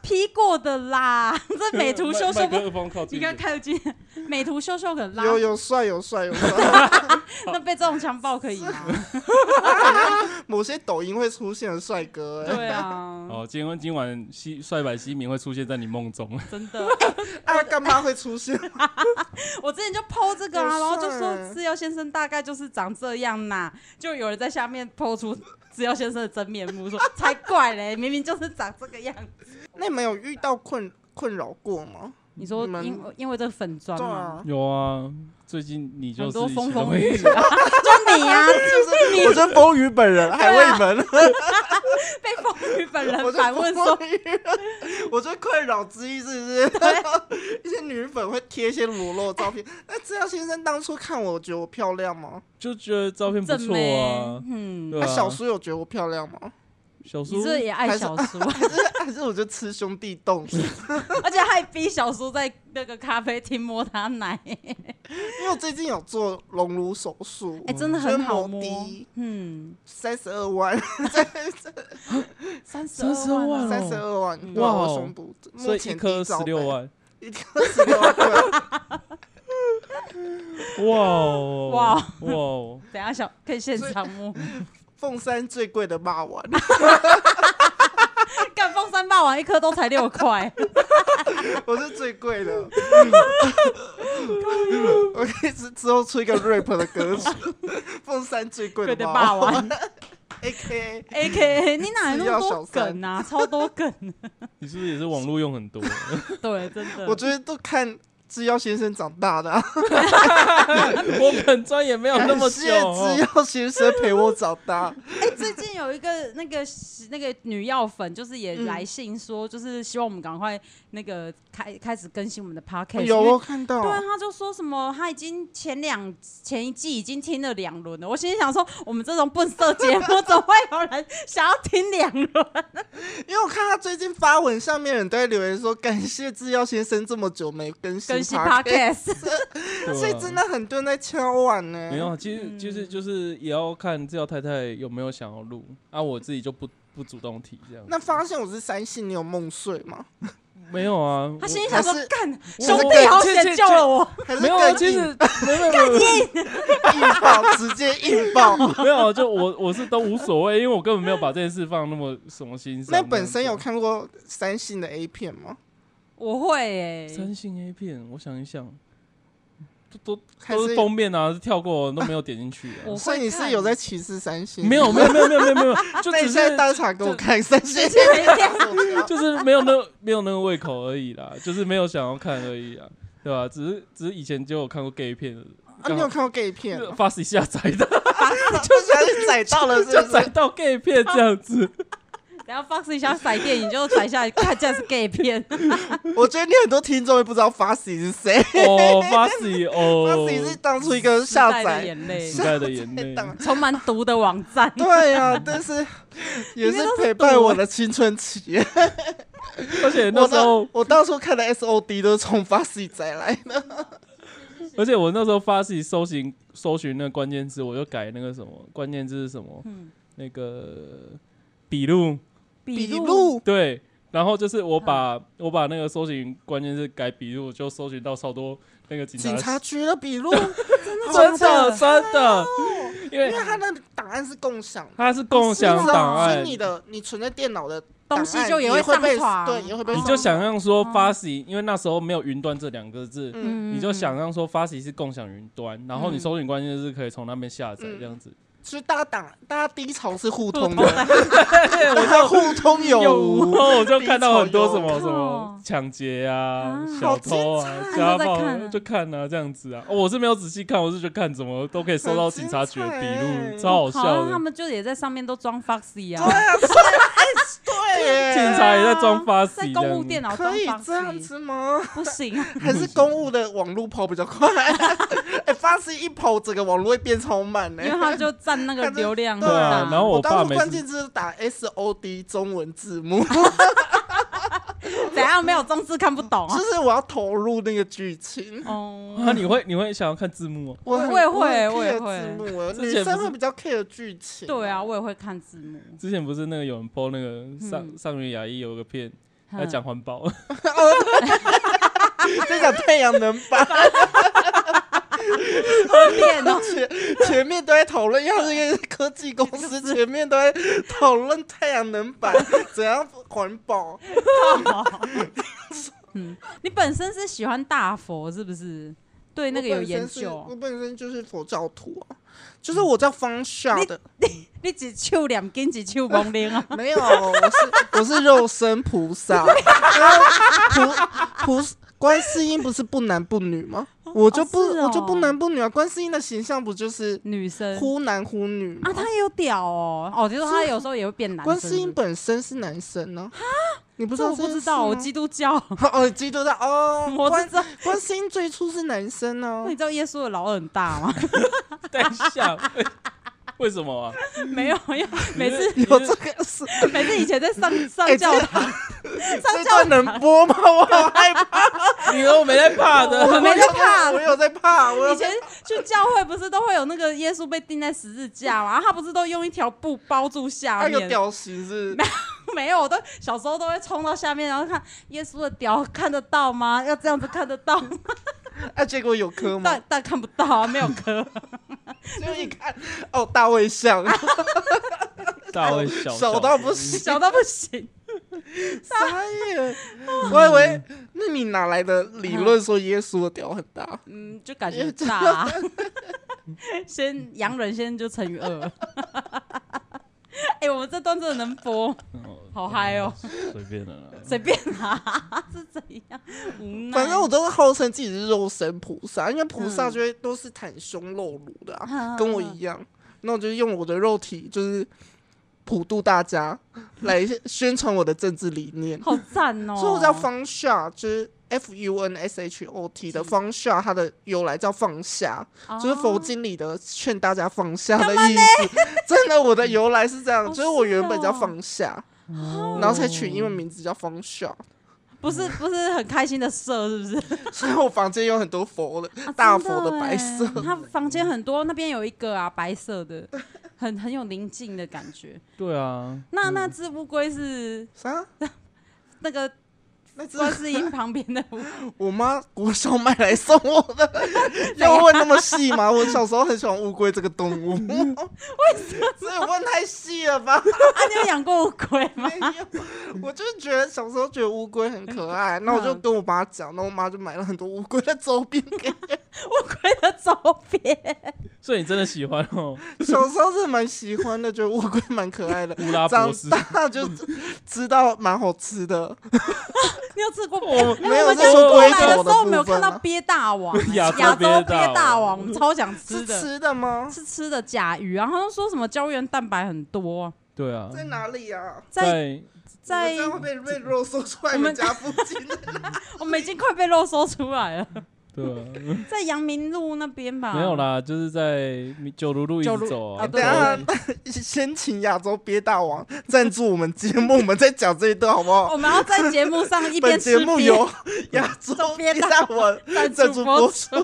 Speaker 2: 劈过的啦， 这美图秀秀
Speaker 1: 麦
Speaker 2: 不，
Speaker 1: 克风靠
Speaker 2: 你
Speaker 1: 近一点，
Speaker 2: 看看得见，美图秀秀可拉，
Speaker 3: 有有帅有帅有帅，
Speaker 2: 那被这种强暴可以吗？
Speaker 3: 某些抖音会出现的帅哥、哎，
Speaker 2: 对啊，
Speaker 1: 哦，今晚今晚西帅版西明会出现在你梦中，
Speaker 2: 真的，
Speaker 3: 啊，干嘛会出现？
Speaker 2: 我之前就剖这个啊，
Speaker 3: 有事儿
Speaker 2: 然后就说制药先生大概就是长这样呐、就有人在下面剖出制药先生的真面目，说才怪嘞， 明明就是长这个样子。
Speaker 3: 那你们有遇到困困扰过吗？
Speaker 2: 你说
Speaker 3: 你们
Speaker 2: 因因为这个粉砖
Speaker 3: 对
Speaker 2: 吗？
Speaker 3: 啊，
Speaker 1: 有啊，最近你就
Speaker 2: 很
Speaker 1: 是
Speaker 2: 多
Speaker 1: 以
Speaker 2: 风
Speaker 1: 前
Speaker 2: 风
Speaker 1: 会
Speaker 2: 雨雨啊， 就你啊，就是
Speaker 3: 我
Speaker 2: 你啊
Speaker 3: 就是风雨本人，还为门，
Speaker 2: 被风雨本人
Speaker 3: 我就啊
Speaker 2: 反问说，
Speaker 3: 风雨，我觉得困扰之一是不是 一些女粉会贴一些裸露照片？那资料先生当初看我觉得我漂亮吗？
Speaker 1: 就觉得照片不
Speaker 2: 正
Speaker 1: 错
Speaker 2: 妹
Speaker 1: 啊，，
Speaker 2: 嗯，
Speaker 1: 对
Speaker 3: 那
Speaker 1: 啊，
Speaker 3: 小叔有觉得我漂亮吗？
Speaker 1: 小
Speaker 2: 你是
Speaker 1: 叔
Speaker 2: 不是也爱小叔，
Speaker 3: 还是还是我就吃兄弟 冻？
Speaker 2: 而且还逼小叔在那个咖啡厅摸他奶，
Speaker 3: 因为我最近有做隆乳手术，
Speaker 2: 哎，真的很好
Speaker 3: 就
Speaker 2: 摸
Speaker 3: 是摩的，
Speaker 2: 嗯，
Speaker 3: 三十二万，
Speaker 2: 三十
Speaker 1: 32
Speaker 2: 二
Speaker 1: 万
Speaker 2: 万啊
Speaker 1: 哦
Speaker 3: 三十二万，
Speaker 2: 嗯
Speaker 3: 对啊我
Speaker 1: 哇哦
Speaker 3: 胸部，
Speaker 1: 所
Speaker 3: 目
Speaker 1: 以一
Speaker 3: 前
Speaker 1: 颗十
Speaker 3: 低罩杯
Speaker 1: 六，万，
Speaker 3: 一颗十六万，对
Speaker 1: 哇哦
Speaker 2: 哇哦
Speaker 1: 哇哦，
Speaker 2: 等一下小可以现场摸。啊
Speaker 3: 凤山最贵的骂丸，
Speaker 2: 干凤山霸王一颗都才六 块，
Speaker 3: 我是最贵 的。我可以之之后出一个 rap 的歌曲， 凤山最贵
Speaker 2: 对
Speaker 3: 的
Speaker 2: 的
Speaker 3: 骂
Speaker 2: 霸
Speaker 3: 丸
Speaker 2: 王
Speaker 3: ，A K A。
Speaker 2: ，A K A 你哪来那么
Speaker 3: 吃药
Speaker 2: 多
Speaker 3: 小三
Speaker 2: 梗啊？超多梗，
Speaker 1: 你是不是也是网络用很多？
Speaker 2: 对，真的。
Speaker 3: 我觉得都看制药先生长大的、啊，
Speaker 1: 我本专也没有 那么
Speaker 3: 感
Speaker 1: 久
Speaker 3: 谢制
Speaker 1: 哦，
Speaker 3: 药先生陪我长大。
Speaker 2: 哎、最近有一个那个那个女药粉，就是也
Speaker 3: 嗯
Speaker 2: 来信说，就是希望我们赶快那个开开始更新我们的 podcast，
Speaker 3: 哦有
Speaker 2: 因
Speaker 3: 我
Speaker 2: 为
Speaker 3: 看到，
Speaker 2: 对啊，他就说什么他已经前两前一季已经听了两轮了，我心里想说，我们这种笨色节 目怎么会有人想要听两轮？
Speaker 3: 因为我看他最近发文，下面人都在留言说感谢制药先生这么久没更新
Speaker 2: 更新
Speaker 3: podcast，
Speaker 2: podcast，
Speaker 1: 对
Speaker 3: 所以
Speaker 1: 啊
Speaker 3: 真的很多人在敲碗呢、
Speaker 1: 没有啊，其
Speaker 3: 嗯
Speaker 1: 实其实就是也要看这条太太有没有想要录啊，我自己就不不主动提这样。
Speaker 3: 那发现我是三性，你有梦碎吗？
Speaker 1: 没有啊，
Speaker 2: 他
Speaker 1: 我
Speaker 2: 心里想说
Speaker 3: 还是，
Speaker 2: 干
Speaker 1: 我
Speaker 2: 兄弟好
Speaker 1: 这这
Speaker 2: 险救了我。
Speaker 3: 还是
Speaker 1: 没有啊，
Speaker 3: 更
Speaker 1: 其实
Speaker 3: 硬
Speaker 1: 没有没有没有
Speaker 3: 硬爆，直接 硬爆？
Speaker 1: 没有啊，就我我是都无所谓，因为我根本没有把这件事放那么什么心上。
Speaker 3: 那本身有
Speaker 1: 看
Speaker 3: 看过三性的 A 片吗？
Speaker 2: 我会欸诶、
Speaker 1: 三星 A 片，我想一想，都都
Speaker 3: 还
Speaker 1: 都
Speaker 3: 是
Speaker 1: 是封面啊，是跳过都没有点进去啊。
Speaker 2: 我
Speaker 3: 所以
Speaker 2: 会
Speaker 3: 你是
Speaker 2: 看
Speaker 3: 有在歧视三性？
Speaker 1: 没有没有没有没有没有没有，就
Speaker 3: 那你
Speaker 1: 只
Speaker 3: 现在
Speaker 1: 是
Speaker 3: 当场给我看三哦性 A 片？
Speaker 1: 就是没有那没有那个胃口而已啦，就是没有想要看而已啊，对吧？只是只是以前就有看过 gay 片的，
Speaker 3: 啊，你有看过 gay 片吗？
Speaker 1: 发 a 下载的。
Speaker 3: 就想去载到了，是
Speaker 1: 就
Speaker 3: 不
Speaker 1: 载
Speaker 3: 是？
Speaker 1: 到 gay 片这样 子，
Speaker 2: 然后 Fox 想甩电影就甩下来，看这样是 gay 片，
Speaker 3: 我觉得你很多听众会不知道 Fussy 是谁
Speaker 1: 哦，发喜哦，
Speaker 3: ，Fussy 是当初一个下
Speaker 2: 时代的
Speaker 3: 载
Speaker 2: 眼泪，
Speaker 1: 时代的眼泪，
Speaker 3: 当。
Speaker 2: 充满毒的网站
Speaker 3: 对呀、但是也是陪伴我的青春期。
Speaker 1: 而且 那
Speaker 3: 我
Speaker 1: 时候
Speaker 3: 的，我当初看的 S O D 都是从 Fussy 摘来的。
Speaker 1: 而且我那时候发喜搜寻搜寻那个关键字，我就改那个什么关键字是什么，
Speaker 2: 嗯
Speaker 1: 那个笔录，
Speaker 2: 笔
Speaker 3: 录
Speaker 1: 对，然后就是我把、我把那个搜寻关键字改笔录，就搜寻到超多那个警察，
Speaker 3: 警察局的 笔录，
Speaker 1: 真的
Speaker 2: 的
Speaker 1: 真的，因
Speaker 3: 因
Speaker 1: 为
Speaker 3: 为他的档案是共享的，
Speaker 1: 它是共享
Speaker 3: 是啊
Speaker 1: 档案
Speaker 3: 所以，你的你存在电脑的
Speaker 2: 东
Speaker 3: 档案
Speaker 2: 西就
Speaker 3: 也
Speaker 2: 会
Speaker 3: 会
Speaker 2: 上
Speaker 3: 被
Speaker 2: 传，
Speaker 3: 对，也会被
Speaker 1: 你
Speaker 3: 上
Speaker 1: 就
Speaker 3: 传
Speaker 1: 想象说发喜，因为那时候没有云端这两个字，
Speaker 3: 嗯，
Speaker 1: 你就想象说发起是共享云端，然后你搜寻关键字可以从那边下载
Speaker 3: 嗯
Speaker 1: 这样子。
Speaker 3: 就是大家档大家低潮是互通
Speaker 2: 通
Speaker 3: 的， 大家互通有
Speaker 1: 有，
Speaker 3: 无。
Speaker 1: 我就看到很多 什么
Speaker 2: 低潮有
Speaker 1: 什么抢劫啊
Speaker 2: 啊、
Speaker 1: 小偷啊、
Speaker 2: 好精彩
Speaker 1: 家
Speaker 2: 都在看啊
Speaker 1: 暴，就看啊这样子啊。哦我是没有仔细啊哦看，我是就看怎么都可以搜到警察局的笔
Speaker 3: 很精
Speaker 1: 录，
Speaker 3: 彩
Speaker 1: 超好
Speaker 2: 好
Speaker 1: 笑
Speaker 2: 像他
Speaker 1: 的。
Speaker 2: 们就也在上面都装 Foxy 啊，
Speaker 3: 对啊，是啊哎对耶，
Speaker 1: 警察也在装发喜
Speaker 2: 在
Speaker 1: 这
Speaker 2: 公
Speaker 1: 样
Speaker 2: 务
Speaker 1: 子
Speaker 2: 电脑装
Speaker 3: 可以这样
Speaker 2: Foxy，
Speaker 3: 子吗？
Speaker 2: 不行 啊，
Speaker 3: 还是公务的网路跑比较快？ 哎、发誓一跑，整个网络会变超慢 呢、
Speaker 2: 因为他就占那个流量很
Speaker 1: 对啊
Speaker 2: 大，，
Speaker 1: 然后
Speaker 3: 我
Speaker 1: 爸
Speaker 3: 当初
Speaker 1: 每
Speaker 3: 关
Speaker 1: 次
Speaker 2: 哦
Speaker 3: 键字打 S O D 中文字幕，
Speaker 2: 怎样没有中字看不懂啊
Speaker 3: 就？是我要投入那个剧情。
Speaker 2: 哦，
Speaker 1: 啊，你会你会想要看字幕哦？
Speaker 3: 我很
Speaker 2: 我也
Speaker 3: 我很
Speaker 2: 会我
Speaker 3: care
Speaker 2: 也会
Speaker 3: 字幕啊，
Speaker 1: 之前
Speaker 3: 女
Speaker 1: 不
Speaker 3: 生
Speaker 1: 是
Speaker 3: 会比较 care 剧情。
Speaker 2: 对啊，，我也会看字幕。
Speaker 1: 之前不是那个有人 PO 那个上、
Speaker 2: 嗯
Speaker 1: 上月牙医有个片来
Speaker 2: 嗯
Speaker 1: 讲环保，
Speaker 3: 在讲太阳能 板，
Speaker 2: 变哦，
Speaker 3: 前前面都在讨论，要是一个科技 公司，前面都在讨论太阳能板怎样环保。
Speaker 2: 你本身是喜欢大佛是不是？ 对那个有研
Speaker 3: 我
Speaker 2: 究，哦嗯
Speaker 3: 本身是我本嗯身就是佛教徒啊，就是我叫方向的，？
Speaker 2: 你只手两根，只手蒙零啊
Speaker 3: 没有，我是我是肉身 菩萨，
Speaker 2: 啊
Speaker 3: 因为菩菩观世音不是不男不女吗？我就不、
Speaker 2: 是哦嗯
Speaker 3: 我就不男不女啊，观世音的形象不就是
Speaker 2: 女生
Speaker 3: 忽男忽女吗？
Speaker 2: 啊，他也有屌哦，哦，就是他有时候也会变男生。
Speaker 3: 观世音本身是男生呢、啊？你不知
Speaker 2: 这
Speaker 3: 道
Speaker 2: 我不
Speaker 3: 件
Speaker 2: 知
Speaker 3: 事啊
Speaker 2: 道，我
Speaker 3: 吗
Speaker 2: 基督教，
Speaker 3: 哦，基督教哦，
Speaker 2: 我
Speaker 3: 观
Speaker 2: 是知道。
Speaker 3: 观世音最初是男生哦呢、
Speaker 2: 那你知道耶稣的老耳很大吗？
Speaker 1: 等一下，为为什么啊？
Speaker 2: 没有，因为每次
Speaker 1: 你
Speaker 3: 有
Speaker 1: 是
Speaker 3: 这个 事，
Speaker 2: 每次以前在上上
Speaker 3: 哎
Speaker 2: 教
Speaker 3: 这
Speaker 2: 堂，
Speaker 3: 这段能播吗？我好害怕，
Speaker 1: 你都没在怕的，
Speaker 2: 我没在
Speaker 3: 有
Speaker 2: 怕
Speaker 3: 我有在怕，我有
Speaker 2: 以前去教会不是都会有那个耶稣被钉在十字架嘛，然后他不是都用一条布包住下
Speaker 3: 他啊有
Speaker 2: 面？
Speaker 3: 屌型是不是，
Speaker 2: 没有，我都小时候都会冲到下面，然后看耶稣的屌看得到吗？要这样子看得到吗，
Speaker 3: 啊，结果有磕吗
Speaker 2: 但？但看不到啊，没有磕。
Speaker 3: 就一看，哦，大卫像，
Speaker 2: 啊
Speaker 1: 大卫小
Speaker 3: 小到 不行，
Speaker 2: 小到不行，
Speaker 3: 傻眼。
Speaker 2: 嗯
Speaker 3: 我以为，那你哪来的理论说耶稣的屌很大？
Speaker 2: 嗯，就感觉很大、啊。 先洋人先就乘以二。 哎、我们这段真的能播，
Speaker 1: 哦
Speaker 2: 好嗨哦，
Speaker 1: 随便 的啦。
Speaker 2: 随便啦，是怎样？无奈。
Speaker 3: 反正我都是号称自己是肉身菩萨，因为菩萨
Speaker 2: 嗯
Speaker 3: 就会都是袒胸露乳的、啊，
Speaker 2: 嗯
Speaker 3: 跟我一样。那我就用我的肉体，就是普渡大家，来宣传我的政治理念。
Speaker 2: 好赞哦！
Speaker 3: 所以我叫方下，就是 F U N S H O T 的方下，它的由来叫放下，
Speaker 2: 哦，
Speaker 3: 就是佛经里的劝大家放下的意思。真的，我的由来是这样，
Speaker 2: 哦
Speaker 3: 就是我原本叫
Speaker 2: 是哦
Speaker 3: 放下，然后才取英文名字叫方下。
Speaker 2: 不是不是很开心的色，是不是？
Speaker 3: 所以我房间有很多佛的、
Speaker 2: 啊
Speaker 3: 大
Speaker 2: 真
Speaker 3: 佛的嗯白色。
Speaker 2: 欸他房间很多，那边有一个啊，白色的，很很有宁静的感觉。
Speaker 1: 对啊，
Speaker 2: 那
Speaker 3: 嗯
Speaker 2: 那只乌龟是
Speaker 3: 啥？
Speaker 2: 那个
Speaker 3: 那只
Speaker 2: 观世音旁边的乌，
Speaker 3: 我妈国小买来送我 的，要问那么细吗？我小时候很喜欢乌龟这个动物，为什么？所以问太细了吧？
Speaker 2: 啊，你有养过乌龟吗？
Speaker 3: 没有，我就是觉得小时候觉得乌龟很可爱，
Speaker 2: 嗯
Speaker 3: 那我就跟我妈讲，然后我妈就买了很多乌龟的周边给我。
Speaker 2: 乌龟的周边，
Speaker 1: 所以你真的喜欢哦，
Speaker 3: 小时候是蛮喜欢的，觉得乌龟蛮可爱的。
Speaker 1: 乌拉
Speaker 3: 长
Speaker 1: 博士。
Speaker 3: 大就知道蛮好吃的，
Speaker 2: 你有吃过？
Speaker 1: 我
Speaker 3: 没有
Speaker 2: 我
Speaker 3: 我
Speaker 2: 们
Speaker 3: 们
Speaker 2: 家
Speaker 3: 家
Speaker 2: 过
Speaker 3: 过
Speaker 2: 来
Speaker 3: 来
Speaker 2: 的
Speaker 3: 的啊
Speaker 2: 时
Speaker 3: 时
Speaker 2: 候，
Speaker 3: 候
Speaker 2: 我
Speaker 3: 我
Speaker 2: 们
Speaker 3: 们
Speaker 2: 有
Speaker 3: 有
Speaker 2: 看
Speaker 3: 看
Speaker 2: 到
Speaker 3: 到
Speaker 2: 鳖大 王、欸
Speaker 1: 亚洲
Speaker 2: 洲鳖
Speaker 1: 鳖大
Speaker 2: 大王，
Speaker 1: 王
Speaker 2: 我们超想吃
Speaker 3: 是
Speaker 2: 的，
Speaker 3: 吃的吗？
Speaker 2: 是吃的甲鱼啊，然后说什么胶原蛋白很多啊，
Speaker 1: 对啊，
Speaker 3: 在哪里啊？
Speaker 2: 在
Speaker 1: 在
Speaker 2: 在
Speaker 3: 我们这样会被被肉搜出来，
Speaker 2: 我们
Speaker 3: 我们家附 近的。
Speaker 2: 我们已经快被肉搜出来了，
Speaker 1: 对啊，
Speaker 2: 在阳明路那边吧？
Speaker 1: 没有，啦，就是在九如路一
Speaker 2: 九如
Speaker 1: 直走啊
Speaker 2: 啊。
Speaker 3: 等一下，先请亚洲鳖大王赞助我们节目，我们再讲这一段好不好？
Speaker 2: 我们要在节目上一边
Speaker 3: 哦本
Speaker 2: 吃
Speaker 3: 节目
Speaker 2: 鳖
Speaker 3: 由亚洲鳖大王赞助播出，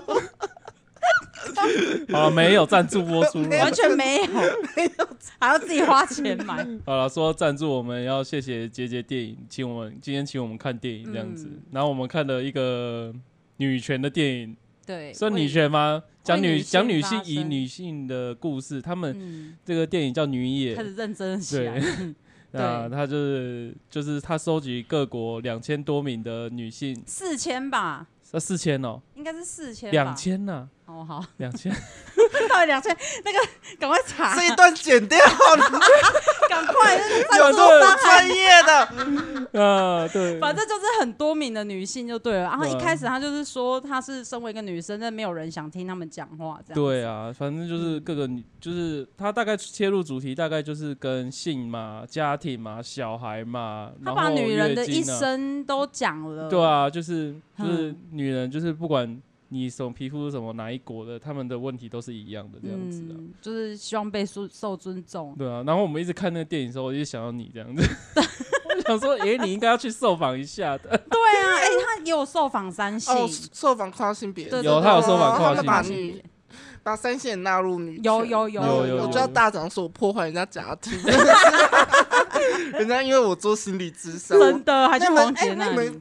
Speaker 1: 好了，没有赞助播出啦。
Speaker 3: 没有
Speaker 2: 完全 没有，还要自己花钱买，
Speaker 1: 好了，说到赞助，我们要谢谢杰杰电影，请我们今天请我们看电影这样子。
Speaker 2: 嗯
Speaker 1: 然后我们看了一个女权的电影，
Speaker 2: 对，
Speaker 1: 算女权吗？讲
Speaker 2: 为
Speaker 1: 女
Speaker 2: 女性
Speaker 1: 讲女性
Speaker 2: 发
Speaker 1: 以
Speaker 2: 声
Speaker 1: 女性的故事，他们
Speaker 2: 嗯，
Speaker 1: 这个电影叫《女野
Speaker 2: 开》。始认真起来，嗯
Speaker 1: 那
Speaker 2: 对
Speaker 1: 他就是就是他收集各国两千多名的女性，
Speaker 2: 四千吧，
Speaker 1: 那四千哦，
Speaker 2: 应该是四千，
Speaker 1: 两，千呐，
Speaker 2: 哦好，
Speaker 1: 两千。
Speaker 2: 到底两千，那个赶快查，
Speaker 3: 这一段剪 掉，
Speaker 2: 赶快，
Speaker 1: 有
Speaker 2: 赞助
Speaker 1: 这个
Speaker 2: 商
Speaker 3: 专
Speaker 2: 还。
Speaker 3: 业的。
Speaker 1: 啊，对，
Speaker 2: 反正就是很多名的女性就对了，然后
Speaker 1: 对
Speaker 2: 一
Speaker 1: 啊
Speaker 2: 开始她就是说她是身为一个女生，但没有人想听她们讲话，这样
Speaker 1: 对
Speaker 2: 子，
Speaker 1: 啊，反正就是
Speaker 2: 嗯
Speaker 1: 各个女，就是他大概切入主题，大概就是跟性嘛、家庭嘛、小孩嘛，
Speaker 2: 她
Speaker 1: 然
Speaker 2: 把
Speaker 1: 后
Speaker 2: 女人的
Speaker 1: 月
Speaker 2: 一
Speaker 1: 经啊，
Speaker 2: 生都讲了，
Speaker 1: 对啊，就是就是
Speaker 2: 嗯
Speaker 1: 女人，就是不管你什么皮肤是什么哪一国的，他们的问题都是一样的这样子啊。
Speaker 2: 嗯，就是希望被受受尊重。
Speaker 1: 对啊，然后我们一直看那个电影的时候，我就想到你这样子， 想说，诶，你应该要去受访一下的。
Speaker 2: 对 啊，哎、他也有受访三性，
Speaker 3: 哦，受访跨性别
Speaker 2: 对
Speaker 1: 有他有受访跨
Speaker 3: 他
Speaker 1: 性
Speaker 3: 们
Speaker 1: 别
Speaker 3: 把
Speaker 1: 性
Speaker 3: 女把三线纳入女权
Speaker 2: 有有有
Speaker 1: 有有
Speaker 3: 我
Speaker 1: 有
Speaker 3: 知道大长说我破坏人家家 庭，人家因为我做心理咨商，
Speaker 2: 真的还去
Speaker 3: 那你们
Speaker 2: 王杰
Speaker 3: 哎那你
Speaker 2: 里。
Speaker 3: 们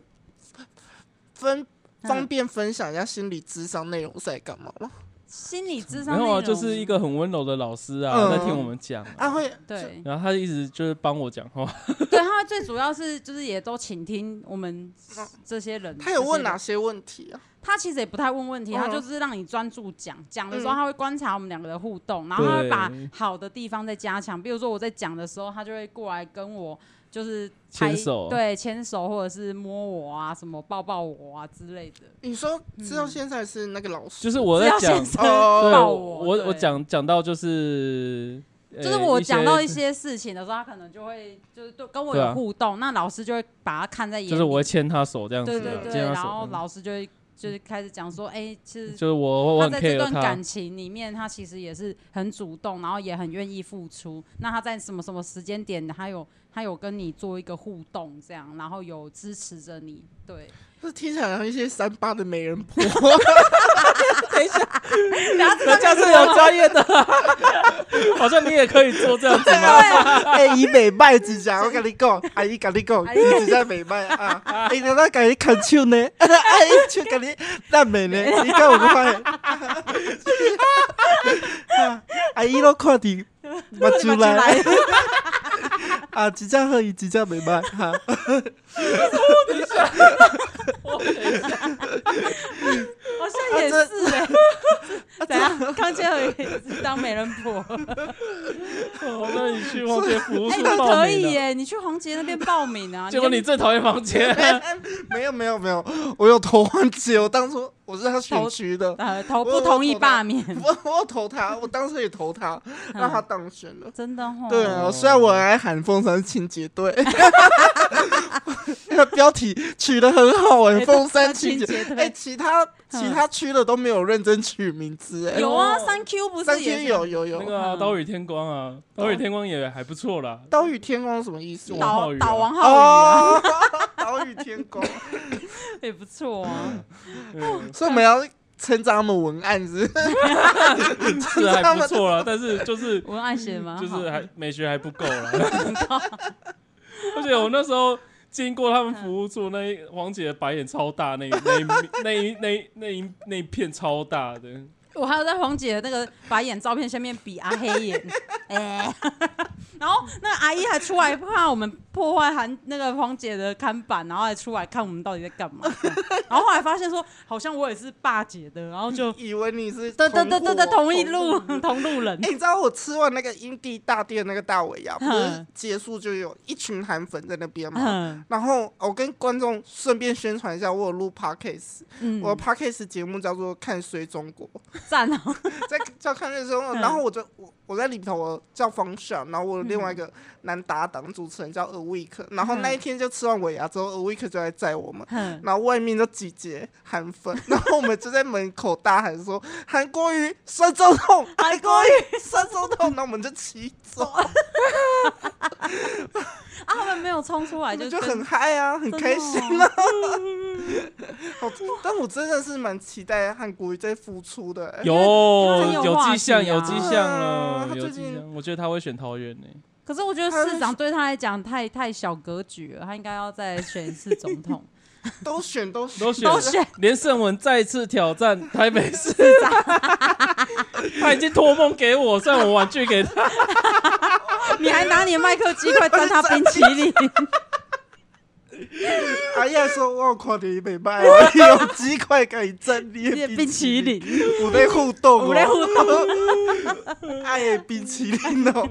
Speaker 3: 分
Speaker 2: 嗯
Speaker 3: 方便分享一下心理咨商内容是在干嘛吗？
Speaker 2: 心理智商
Speaker 1: 然后
Speaker 2: 内
Speaker 1: 啊，
Speaker 2: 容
Speaker 1: 就是一个很温柔的老师啊，
Speaker 3: 嗯
Speaker 1: 在听我们讲啊、
Speaker 3: 啊，会
Speaker 2: 对
Speaker 1: 然后他一直就是帮我讲话，
Speaker 2: 对，他最主要是就是也都倾听我们这些人。
Speaker 3: 他有问哪
Speaker 2: 这些人？
Speaker 3: 些问题啊？
Speaker 2: 他其实也不太问问题，
Speaker 3: 嗯
Speaker 2: 他就是让你专注讲。讲的时候
Speaker 3: 嗯
Speaker 2: 他会观察我们两个的互动，然后他会
Speaker 1: 对
Speaker 2: 把好的地方再加强。比如说我在讲的时候，他就会过来跟我就是拍
Speaker 1: 牵手
Speaker 2: 对，牵手或者是摸我啊，什么抱抱我啊之类的。
Speaker 3: 你说知道现在是那个老师，
Speaker 1: 就是我
Speaker 2: 只
Speaker 1: 在
Speaker 2: 要
Speaker 1: 讲
Speaker 2: 先，生
Speaker 1: 对，
Speaker 2: 抱
Speaker 1: 我
Speaker 2: 对
Speaker 1: 我我讲讲到就是，呃
Speaker 2: 就是我讲到一
Speaker 1: 一些，
Speaker 2: 些事情的时候，他可能就会就是对跟我
Speaker 1: 对
Speaker 2: 有
Speaker 1: 啊
Speaker 2: 互动，那老师就会把他看在眼里。
Speaker 1: 就是我会牵他手这样子、
Speaker 2: 对
Speaker 1: 啊，
Speaker 2: 对对，
Speaker 1: 牵他
Speaker 2: 然
Speaker 1: 手
Speaker 2: 后
Speaker 1: 嗯
Speaker 2: 老师就会就是开始讲说，哎、其实
Speaker 1: 就是 我我
Speaker 2: 他
Speaker 1: 很
Speaker 2: 在这
Speaker 1: care
Speaker 2: 段
Speaker 1: 他
Speaker 2: 感，情里面，他其实也是很主动，然后也很愿意付出。那他在什么什么时间点，他有他有跟你做一个互动，这样，然后有支持着你，对。
Speaker 3: 这听起来像一些三八的媒人 婆，
Speaker 2: 然后
Speaker 1: 人家是有专业 的，好像你也可以做这样子 吗？
Speaker 3: 哎，以美卖之家，我跟你讲，阿姨跟你讲，
Speaker 2: 阿姨
Speaker 3: 你只在美卖啊，哎，你那跟你砍手呢， 阿姨手跟你烂美呢，你看我的发现， 啊阿姨都看你目睭 来，啊，一只好，伊一只美卖哈，
Speaker 2: 好
Speaker 1: 啊
Speaker 2: 像也是哎、 怎样？康健和也是当美人婆，
Speaker 1: 我让你去 王杰服务
Speaker 2: 啊哎、
Speaker 1: 处
Speaker 2: 你
Speaker 1: 报
Speaker 2: 可以
Speaker 1: 名
Speaker 2: 耶、
Speaker 1: 的，
Speaker 2: 你去黄杰那边报名 啊。
Speaker 1: 结果
Speaker 2: 跟
Speaker 1: 你最讨厌王杰，
Speaker 3: 没有没有没有，我有投黄姐，我当初我是他选区的，
Speaker 2: 呃投
Speaker 3: 我
Speaker 2: 不
Speaker 3: 有
Speaker 2: 同意
Speaker 3: 投
Speaker 2: 罢
Speaker 3: 他
Speaker 2: 免，
Speaker 3: 我我有投他，我当时也投他，让他当选了。
Speaker 2: 真的嗯哦。
Speaker 3: 对啊，虽然我很爱喊凤山清洁 队， 那个标题取得很好哎、
Speaker 2: 哎
Speaker 3: 凤山清
Speaker 2: 凤山清洁。
Speaker 3: 洁
Speaker 2: 队嗯
Speaker 3: 哎、其他其他区的都没有认真取名字哎、
Speaker 2: 有啊，
Speaker 1: 哦
Speaker 2: 三 Q 不
Speaker 3: 三
Speaker 2: 是也
Speaker 3: 区
Speaker 2: 是
Speaker 3: 有有有。
Speaker 1: 那个啊
Speaker 2: 嗯哦
Speaker 1: 刀与天光啊，刀与天光也还不错 啦，
Speaker 3: 岛屿天光什么意思？
Speaker 1: 有王浩
Speaker 2: 岛
Speaker 1: 宇啊
Speaker 2: 岛王浩宇啊，
Speaker 3: 哦， 岛屿天 光，
Speaker 2: 也不错啊。
Speaker 1: 嗯
Speaker 3: 所以我们要称赞他们文案是不是
Speaker 1: 是还不错 啦，但是就是
Speaker 2: 文案写的 蛮好，
Speaker 1: 就是还美学还不够 啦。 而且我那时候经过他们服务处，那一王姐的白眼超大， 那一那一那一那一那一那一片超大的，
Speaker 2: 我还有在黄姐的那个白眼照片下面比阿黑眼，哎， 然后那个阿姨还出来怕我们破坏韩那个黄姐的看板，然后还出来看我们到底在干嘛。这样然后后来发现说，好像我也是霸姐的，然后就
Speaker 3: 以为你是
Speaker 2: 对对对对对，同一路
Speaker 3: 哎、
Speaker 2: 同路人
Speaker 3: 诶，你知道我吃完那个英地大店那个大尾牙，不是
Speaker 2: 嗯
Speaker 3: 结束就有一群韩粉在那边吗？
Speaker 2: 嗯
Speaker 3: 然后哦我跟观众顺便宣传一下，我有录 podcast，、
Speaker 2: 嗯，
Speaker 3: 我的 podcast 节目叫做《看衰中国
Speaker 2: 赞哦，》，
Speaker 3: 在叫《看衰中国》，
Speaker 2: 嗯
Speaker 3: 然后我就我我在里头我叫方向，然后我有另外一
Speaker 2: 嗯
Speaker 3: 个男搭档主持人叫 A Week，然后那一天就吃完尾牙之后，A Week 就来载我们。
Speaker 2: 嗯
Speaker 3: 然后外面就集结韩粉， 然后我们就在门口大喊说：“韩国瑜酸中痛，韩国瑜酸中痛。”然后我们就骑走，
Speaker 2: 啊，他们没有冲出来
Speaker 3: 我
Speaker 2: 就是
Speaker 3: 们就
Speaker 2: 跟
Speaker 3: 很嗨啊，很开心
Speaker 2: 真的
Speaker 3: 啊
Speaker 2: 哦。
Speaker 3: 好，但我真的是蛮期待韩国瑜在复出的、欸。
Speaker 1: 有
Speaker 2: 哎他很有
Speaker 1: 有
Speaker 2: 话
Speaker 1: 迹象，
Speaker 2: 题啊
Speaker 1: 有迹象了
Speaker 3: 嗯，他
Speaker 1: 有
Speaker 3: 最
Speaker 1: 迹
Speaker 3: 近
Speaker 1: 象。我觉得他会选桃 园呢、
Speaker 2: 可是我觉得
Speaker 3: 他
Speaker 2: 市
Speaker 3: 是
Speaker 2: 长对他来讲太太小格局了，他应该要再选一次总统，
Speaker 3: 都选都选
Speaker 1: 都选
Speaker 2: 都选
Speaker 1: 连胜文再次挑战台北 市长，他已经托梦给我，算我玩具给他。
Speaker 2: 你还拿你的麦克鸡块沾他冰淇 淋，
Speaker 3: 阿燕哎说：“我有看你袂歹，我 有机会可以整你
Speaker 2: 你的
Speaker 3: 的
Speaker 2: 冰淇淋，
Speaker 3: 有在互动、哦，
Speaker 2: 有在互
Speaker 3: 动，爱的冰淇淋哦。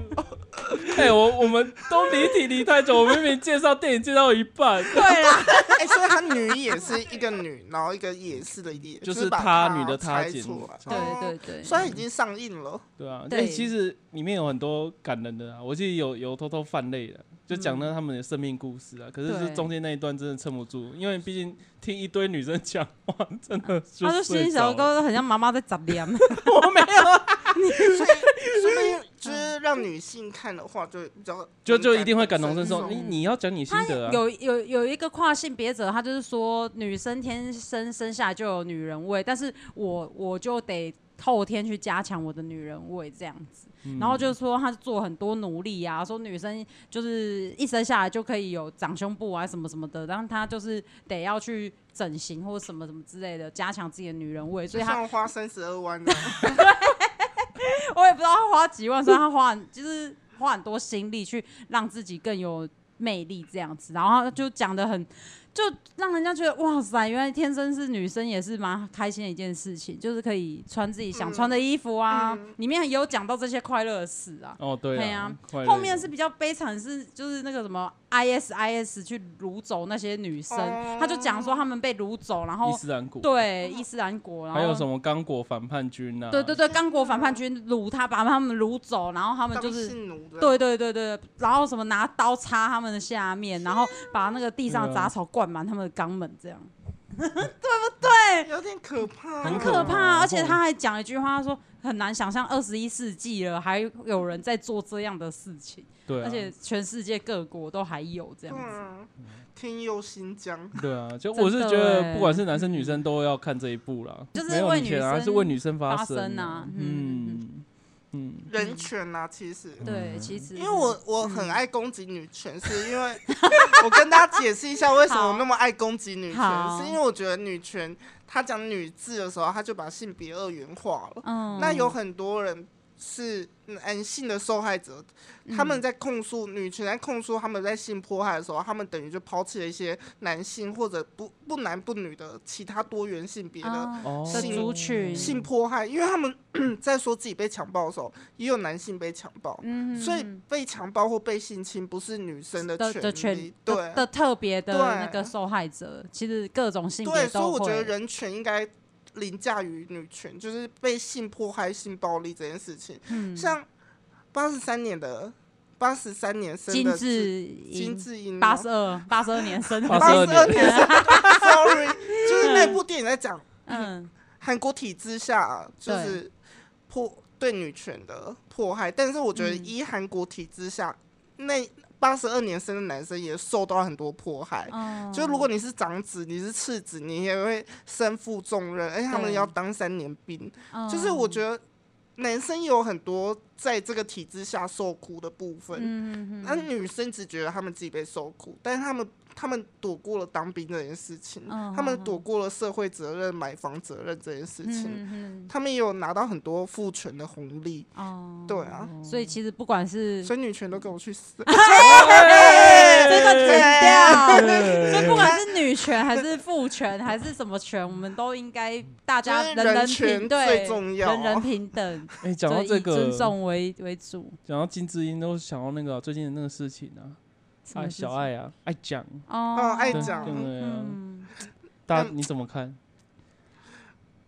Speaker 1: 哎、我我们都离题离太久，我 明明介绍电影介绍一半，
Speaker 2: 对啦，
Speaker 3: 哎、所以他女也是一个女，然后一个也是的也，
Speaker 1: 就是
Speaker 3: 是把
Speaker 1: 他
Speaker 3: 它
Speaker 1: 女的他
Speaker 3: 拆
Speaker 1: 剪
Speaker 3: 出来。
Speaker 2: 对对
Speaker 3: 哦，
Speaker 2: 对，
Speaker 3: 虽然已经上映了，
Speaker 1: 对 啊，
Speaker 2: 对
Speaker 1: 哎、其实里面有很多感人的啊，我记得有有偷偷犯泪的，就讲到他们的生命故事啊。可是
Speaker 2: 嗯对
Speaker 1: 是中间那一段真的撑不住，因为毕竟听一堆女生讲话，真的就
Speaker 2: 他就
Speaker 1: 睡
Speaker 2: 心里想
Speaker 1: 着了
Speaker 2: 说，很像妈妈在杂念，
Speaker 1: 我没有，
Speaker 3: 所以所以就是让女性看的话，就比较
Speaker 1: 就
Speaker 3: 能
Speaker 1: 就一定会感同身受。哎
Speaker 3: 受
Speaker 1: 你你要讲你心得啊，
Speaker 2: 嗯有有有一个跨性别者，他就是说女生天生生下来就有女人味，但是我我就得后天去加强我的女人味这样子。
Speaker 1: 嗯
Speaker 2: 然后就说他做很多努力啊，说女生就是一生下来就可以有长胸部啊什么什么的，然后他就是得要去整形或什么什么之类的，加强自己的女人味。所以他
Speaker 3: 像花三十二万啊的，
Speaker 2: 我也不知道他花几万，所以他花很就是花很多心力去让自己更有魅力这样子，然后他就讲的很，就让人家觉得哇塞，原来天生是女生也是蛮开心的一件事情，就是可以穿自己想穿的衣服啊，
Speaker 3: 嗯
Speaker 2: 里面也有讲到这些快乐的事啊。
Speaker 1: 哦对
Speaker 2: 对
Speaker 1: 啊
Speaker 2: 啊，
Speaker 1: 快乐
Speaker 2: 后面是比较悲惨，是就是那个什么 ISIS 去掳走那些女生，
Speaker 3: 哦
Speaker 2: 他就讲说他们被掳走，然
Speaker 1: 伊
Speaker 2: 后
Speaker 1: 斯兰国，
Speaker 2: 对伊斯兰国，然后
Speaker 1: 还有什么刚果反叛军啊，
Speaker 2: 对对对，
Speaker 3: 嗯
Speaker 2: 刚果反叛军掳他，把他们掳走，然后他们
Speaker 3: 当
Speaker 2: 就是
Speaker 3: 性奴的，
Speaker 2: 对对对对，然后什么拿刀插他们的下
Speaker 3: 嗯
Speaker 2: 面，然后把那个地上的杂草灌满他们的肛门，这样
Speaker 3: 有点可怕，
Speaker 1: 很
Speaker 2: 很
Speaker 1: 可怕
Speaker 2: 可怕
Speaker 1: 啊
Speaker 2: 啊。而且他还讲一句话，他说很难想象二十一世纪了，还有人在做这样的事情，
Speaker 1: 对啊，
Speaker 2: 而且全世界各国都还有这
Speaker 3: 对
Speaker 2: 样子。
Speaker 3: 啊，天佑新疆，
Speaker 1: 对啊，就
Speaker 2: 真的
Speaker 1: 我是觉得
Speaker 2: 欸
Speaker 1: 不管是男生女生都要看这一部啦，
Speaker 2: 就是
Speaker 1: 没有
Speaker 2: 为
Speaker 1: 以
Speaker 2: 女
Speaker 1: 前啊
Speaker 2: 生
Speaker 1: 是为女生发
Speaker 2: 发
Speaker 1: 声
Speaker 2: 声
Speaker 1: 啊
Speaker 2: 啊，
Speaker 1: 嗯
Speaker 2: 嗯
Speaker 1: 嗯，
Speaker 3: 人权啊，其实。
Speaker 2: 对，其实
Speaker 3: 因为我我很爱攻击女权，是因为我跟大家解释一下为什么我那么爱攻击女权，
Speaker 2: 好
Speaker 3: 是因为我觉得女权，她讲女字的时候，她就把性别二元化了。
Speaker 2: 嗯
Speaker 3: 那有很多人是男性的受害者，他
Speaker 2: 嗯
Speaker 3: 们在控诉女权，在控诉他们在性迫害的时候，他们等于就抛弃了一些男性或者不不男不女的其他多元性别的
Speaker 2: 啊
Speaker 1: 哦，
Speaker 2: 的族群
Speaker 3: 性迫害，因为他们 在说自己被强暴的时候，也有男性被强暴，
Speaker 2: 嗯
Speaker 3: 所以被强暴或被性侵不是女生的
Speaker 2: 的的
Speaker 3: 权
Speaker 2: 权
Speaker 3: 利，对
Speaker 2: 的的特别的
Speaker 3: 对
Speaker 2: 那个受害者，其实各种性别
Speaker 3: 对，所以
Speaker 2: 都
Speaker 3: 我觉得
Speaker 2: 会。
Speaker 3: 人权应该凌驾于女权，就是被性迫害、性暴力这件事情。
Speaker 2: 嗯
Speaker 3: 像八十三年的八十三年生
Speaker 2: 金
Speaker 3: 的
Speaker 2: 智
Speaker 3: 金
Speaker 2: 英
Speaker 3: 智英
Speaker 2: 八十二八十二年生的，
Speaker 1: 82
Speaker 3: 八十二
Speaker 1: 年
Speaker 3: 年生 ，sorry，就是那部电影在讲
Speaker 2: 嗯，
Speaker 3: 韩国体制下就是迫对女权的迫害，但是我觉得
Speaker 2: 嗯
Speaker 3: 依韩国体制下，那八十二年生的男生也受到很多迫害。
Speaker 2: 哦
Speaker 3: 就如果你是长子，你是次子，你也会身负重任，哎而且他们
Speaker 2: 对
Speaker 3: 要当三年兵。就是
Speaker 2: 嗯
Speaker 3: 我觉得男生有很多在这个体制下受苦的部分，
Speaker 2: 嗯嗯
Speaker 3: 那、
Speaker 2: 嗯
Speaker 3: 女生只觉得他们自己被受苦，但是他们他们躲过了当兵这件事情，
Speaker 2: 嗯
Speaker 3: 他们躲过了社会责任、买房责任这件事
Speaker 2: 嗯
Speaker 3: 情，
Speaker 2: 嗯
Speaker 3: 他们也有拿到很多父权的红利。
Speaker 2: 嗯哦，
Speaker 3: 对啊，
Speaker 2: 所以其实不管是
Speaker 3: 所以女权都跟我去 死！
Speaker 2: 哎这个剪掉，
Speaker 1: 对
Speaker 2: 所以不管是女权还是父权还是什么权，我们都应该大家
Speaker 3: 就是
Speaker 2: 人
Speaker 3: 人
Speaker 2: 人
Speaker 3: 权
Speaker 2: 平对，
Speaker 3: 最重要
Speaker 2: 人人平等，
Speaker 1: 哎，讲到
Speaker 2: 所以
Speaker 1: 这
Speaker 2: 以
Speaker 1: 个
Speaker 2: 尊，重为为主，
Speaker 1: 讲到金智英，都想到那个最近的那个事情啊，
Speaker 2: 什么
Speaker 1: 爱
Speaker 2: 事情
Speaker 1: 小爱啊，爱讲，
Speaker 3: 哦
Speaker 2: 哦，
Speaker 3: 爱
Speaker 1: 对
Speaker 3: 讲
Speaker 1: 对啊，
Speaker 2: 嗯，
Speaker 1: 大
Speaker 3: 嗯
Speaker 1: 你怎么看？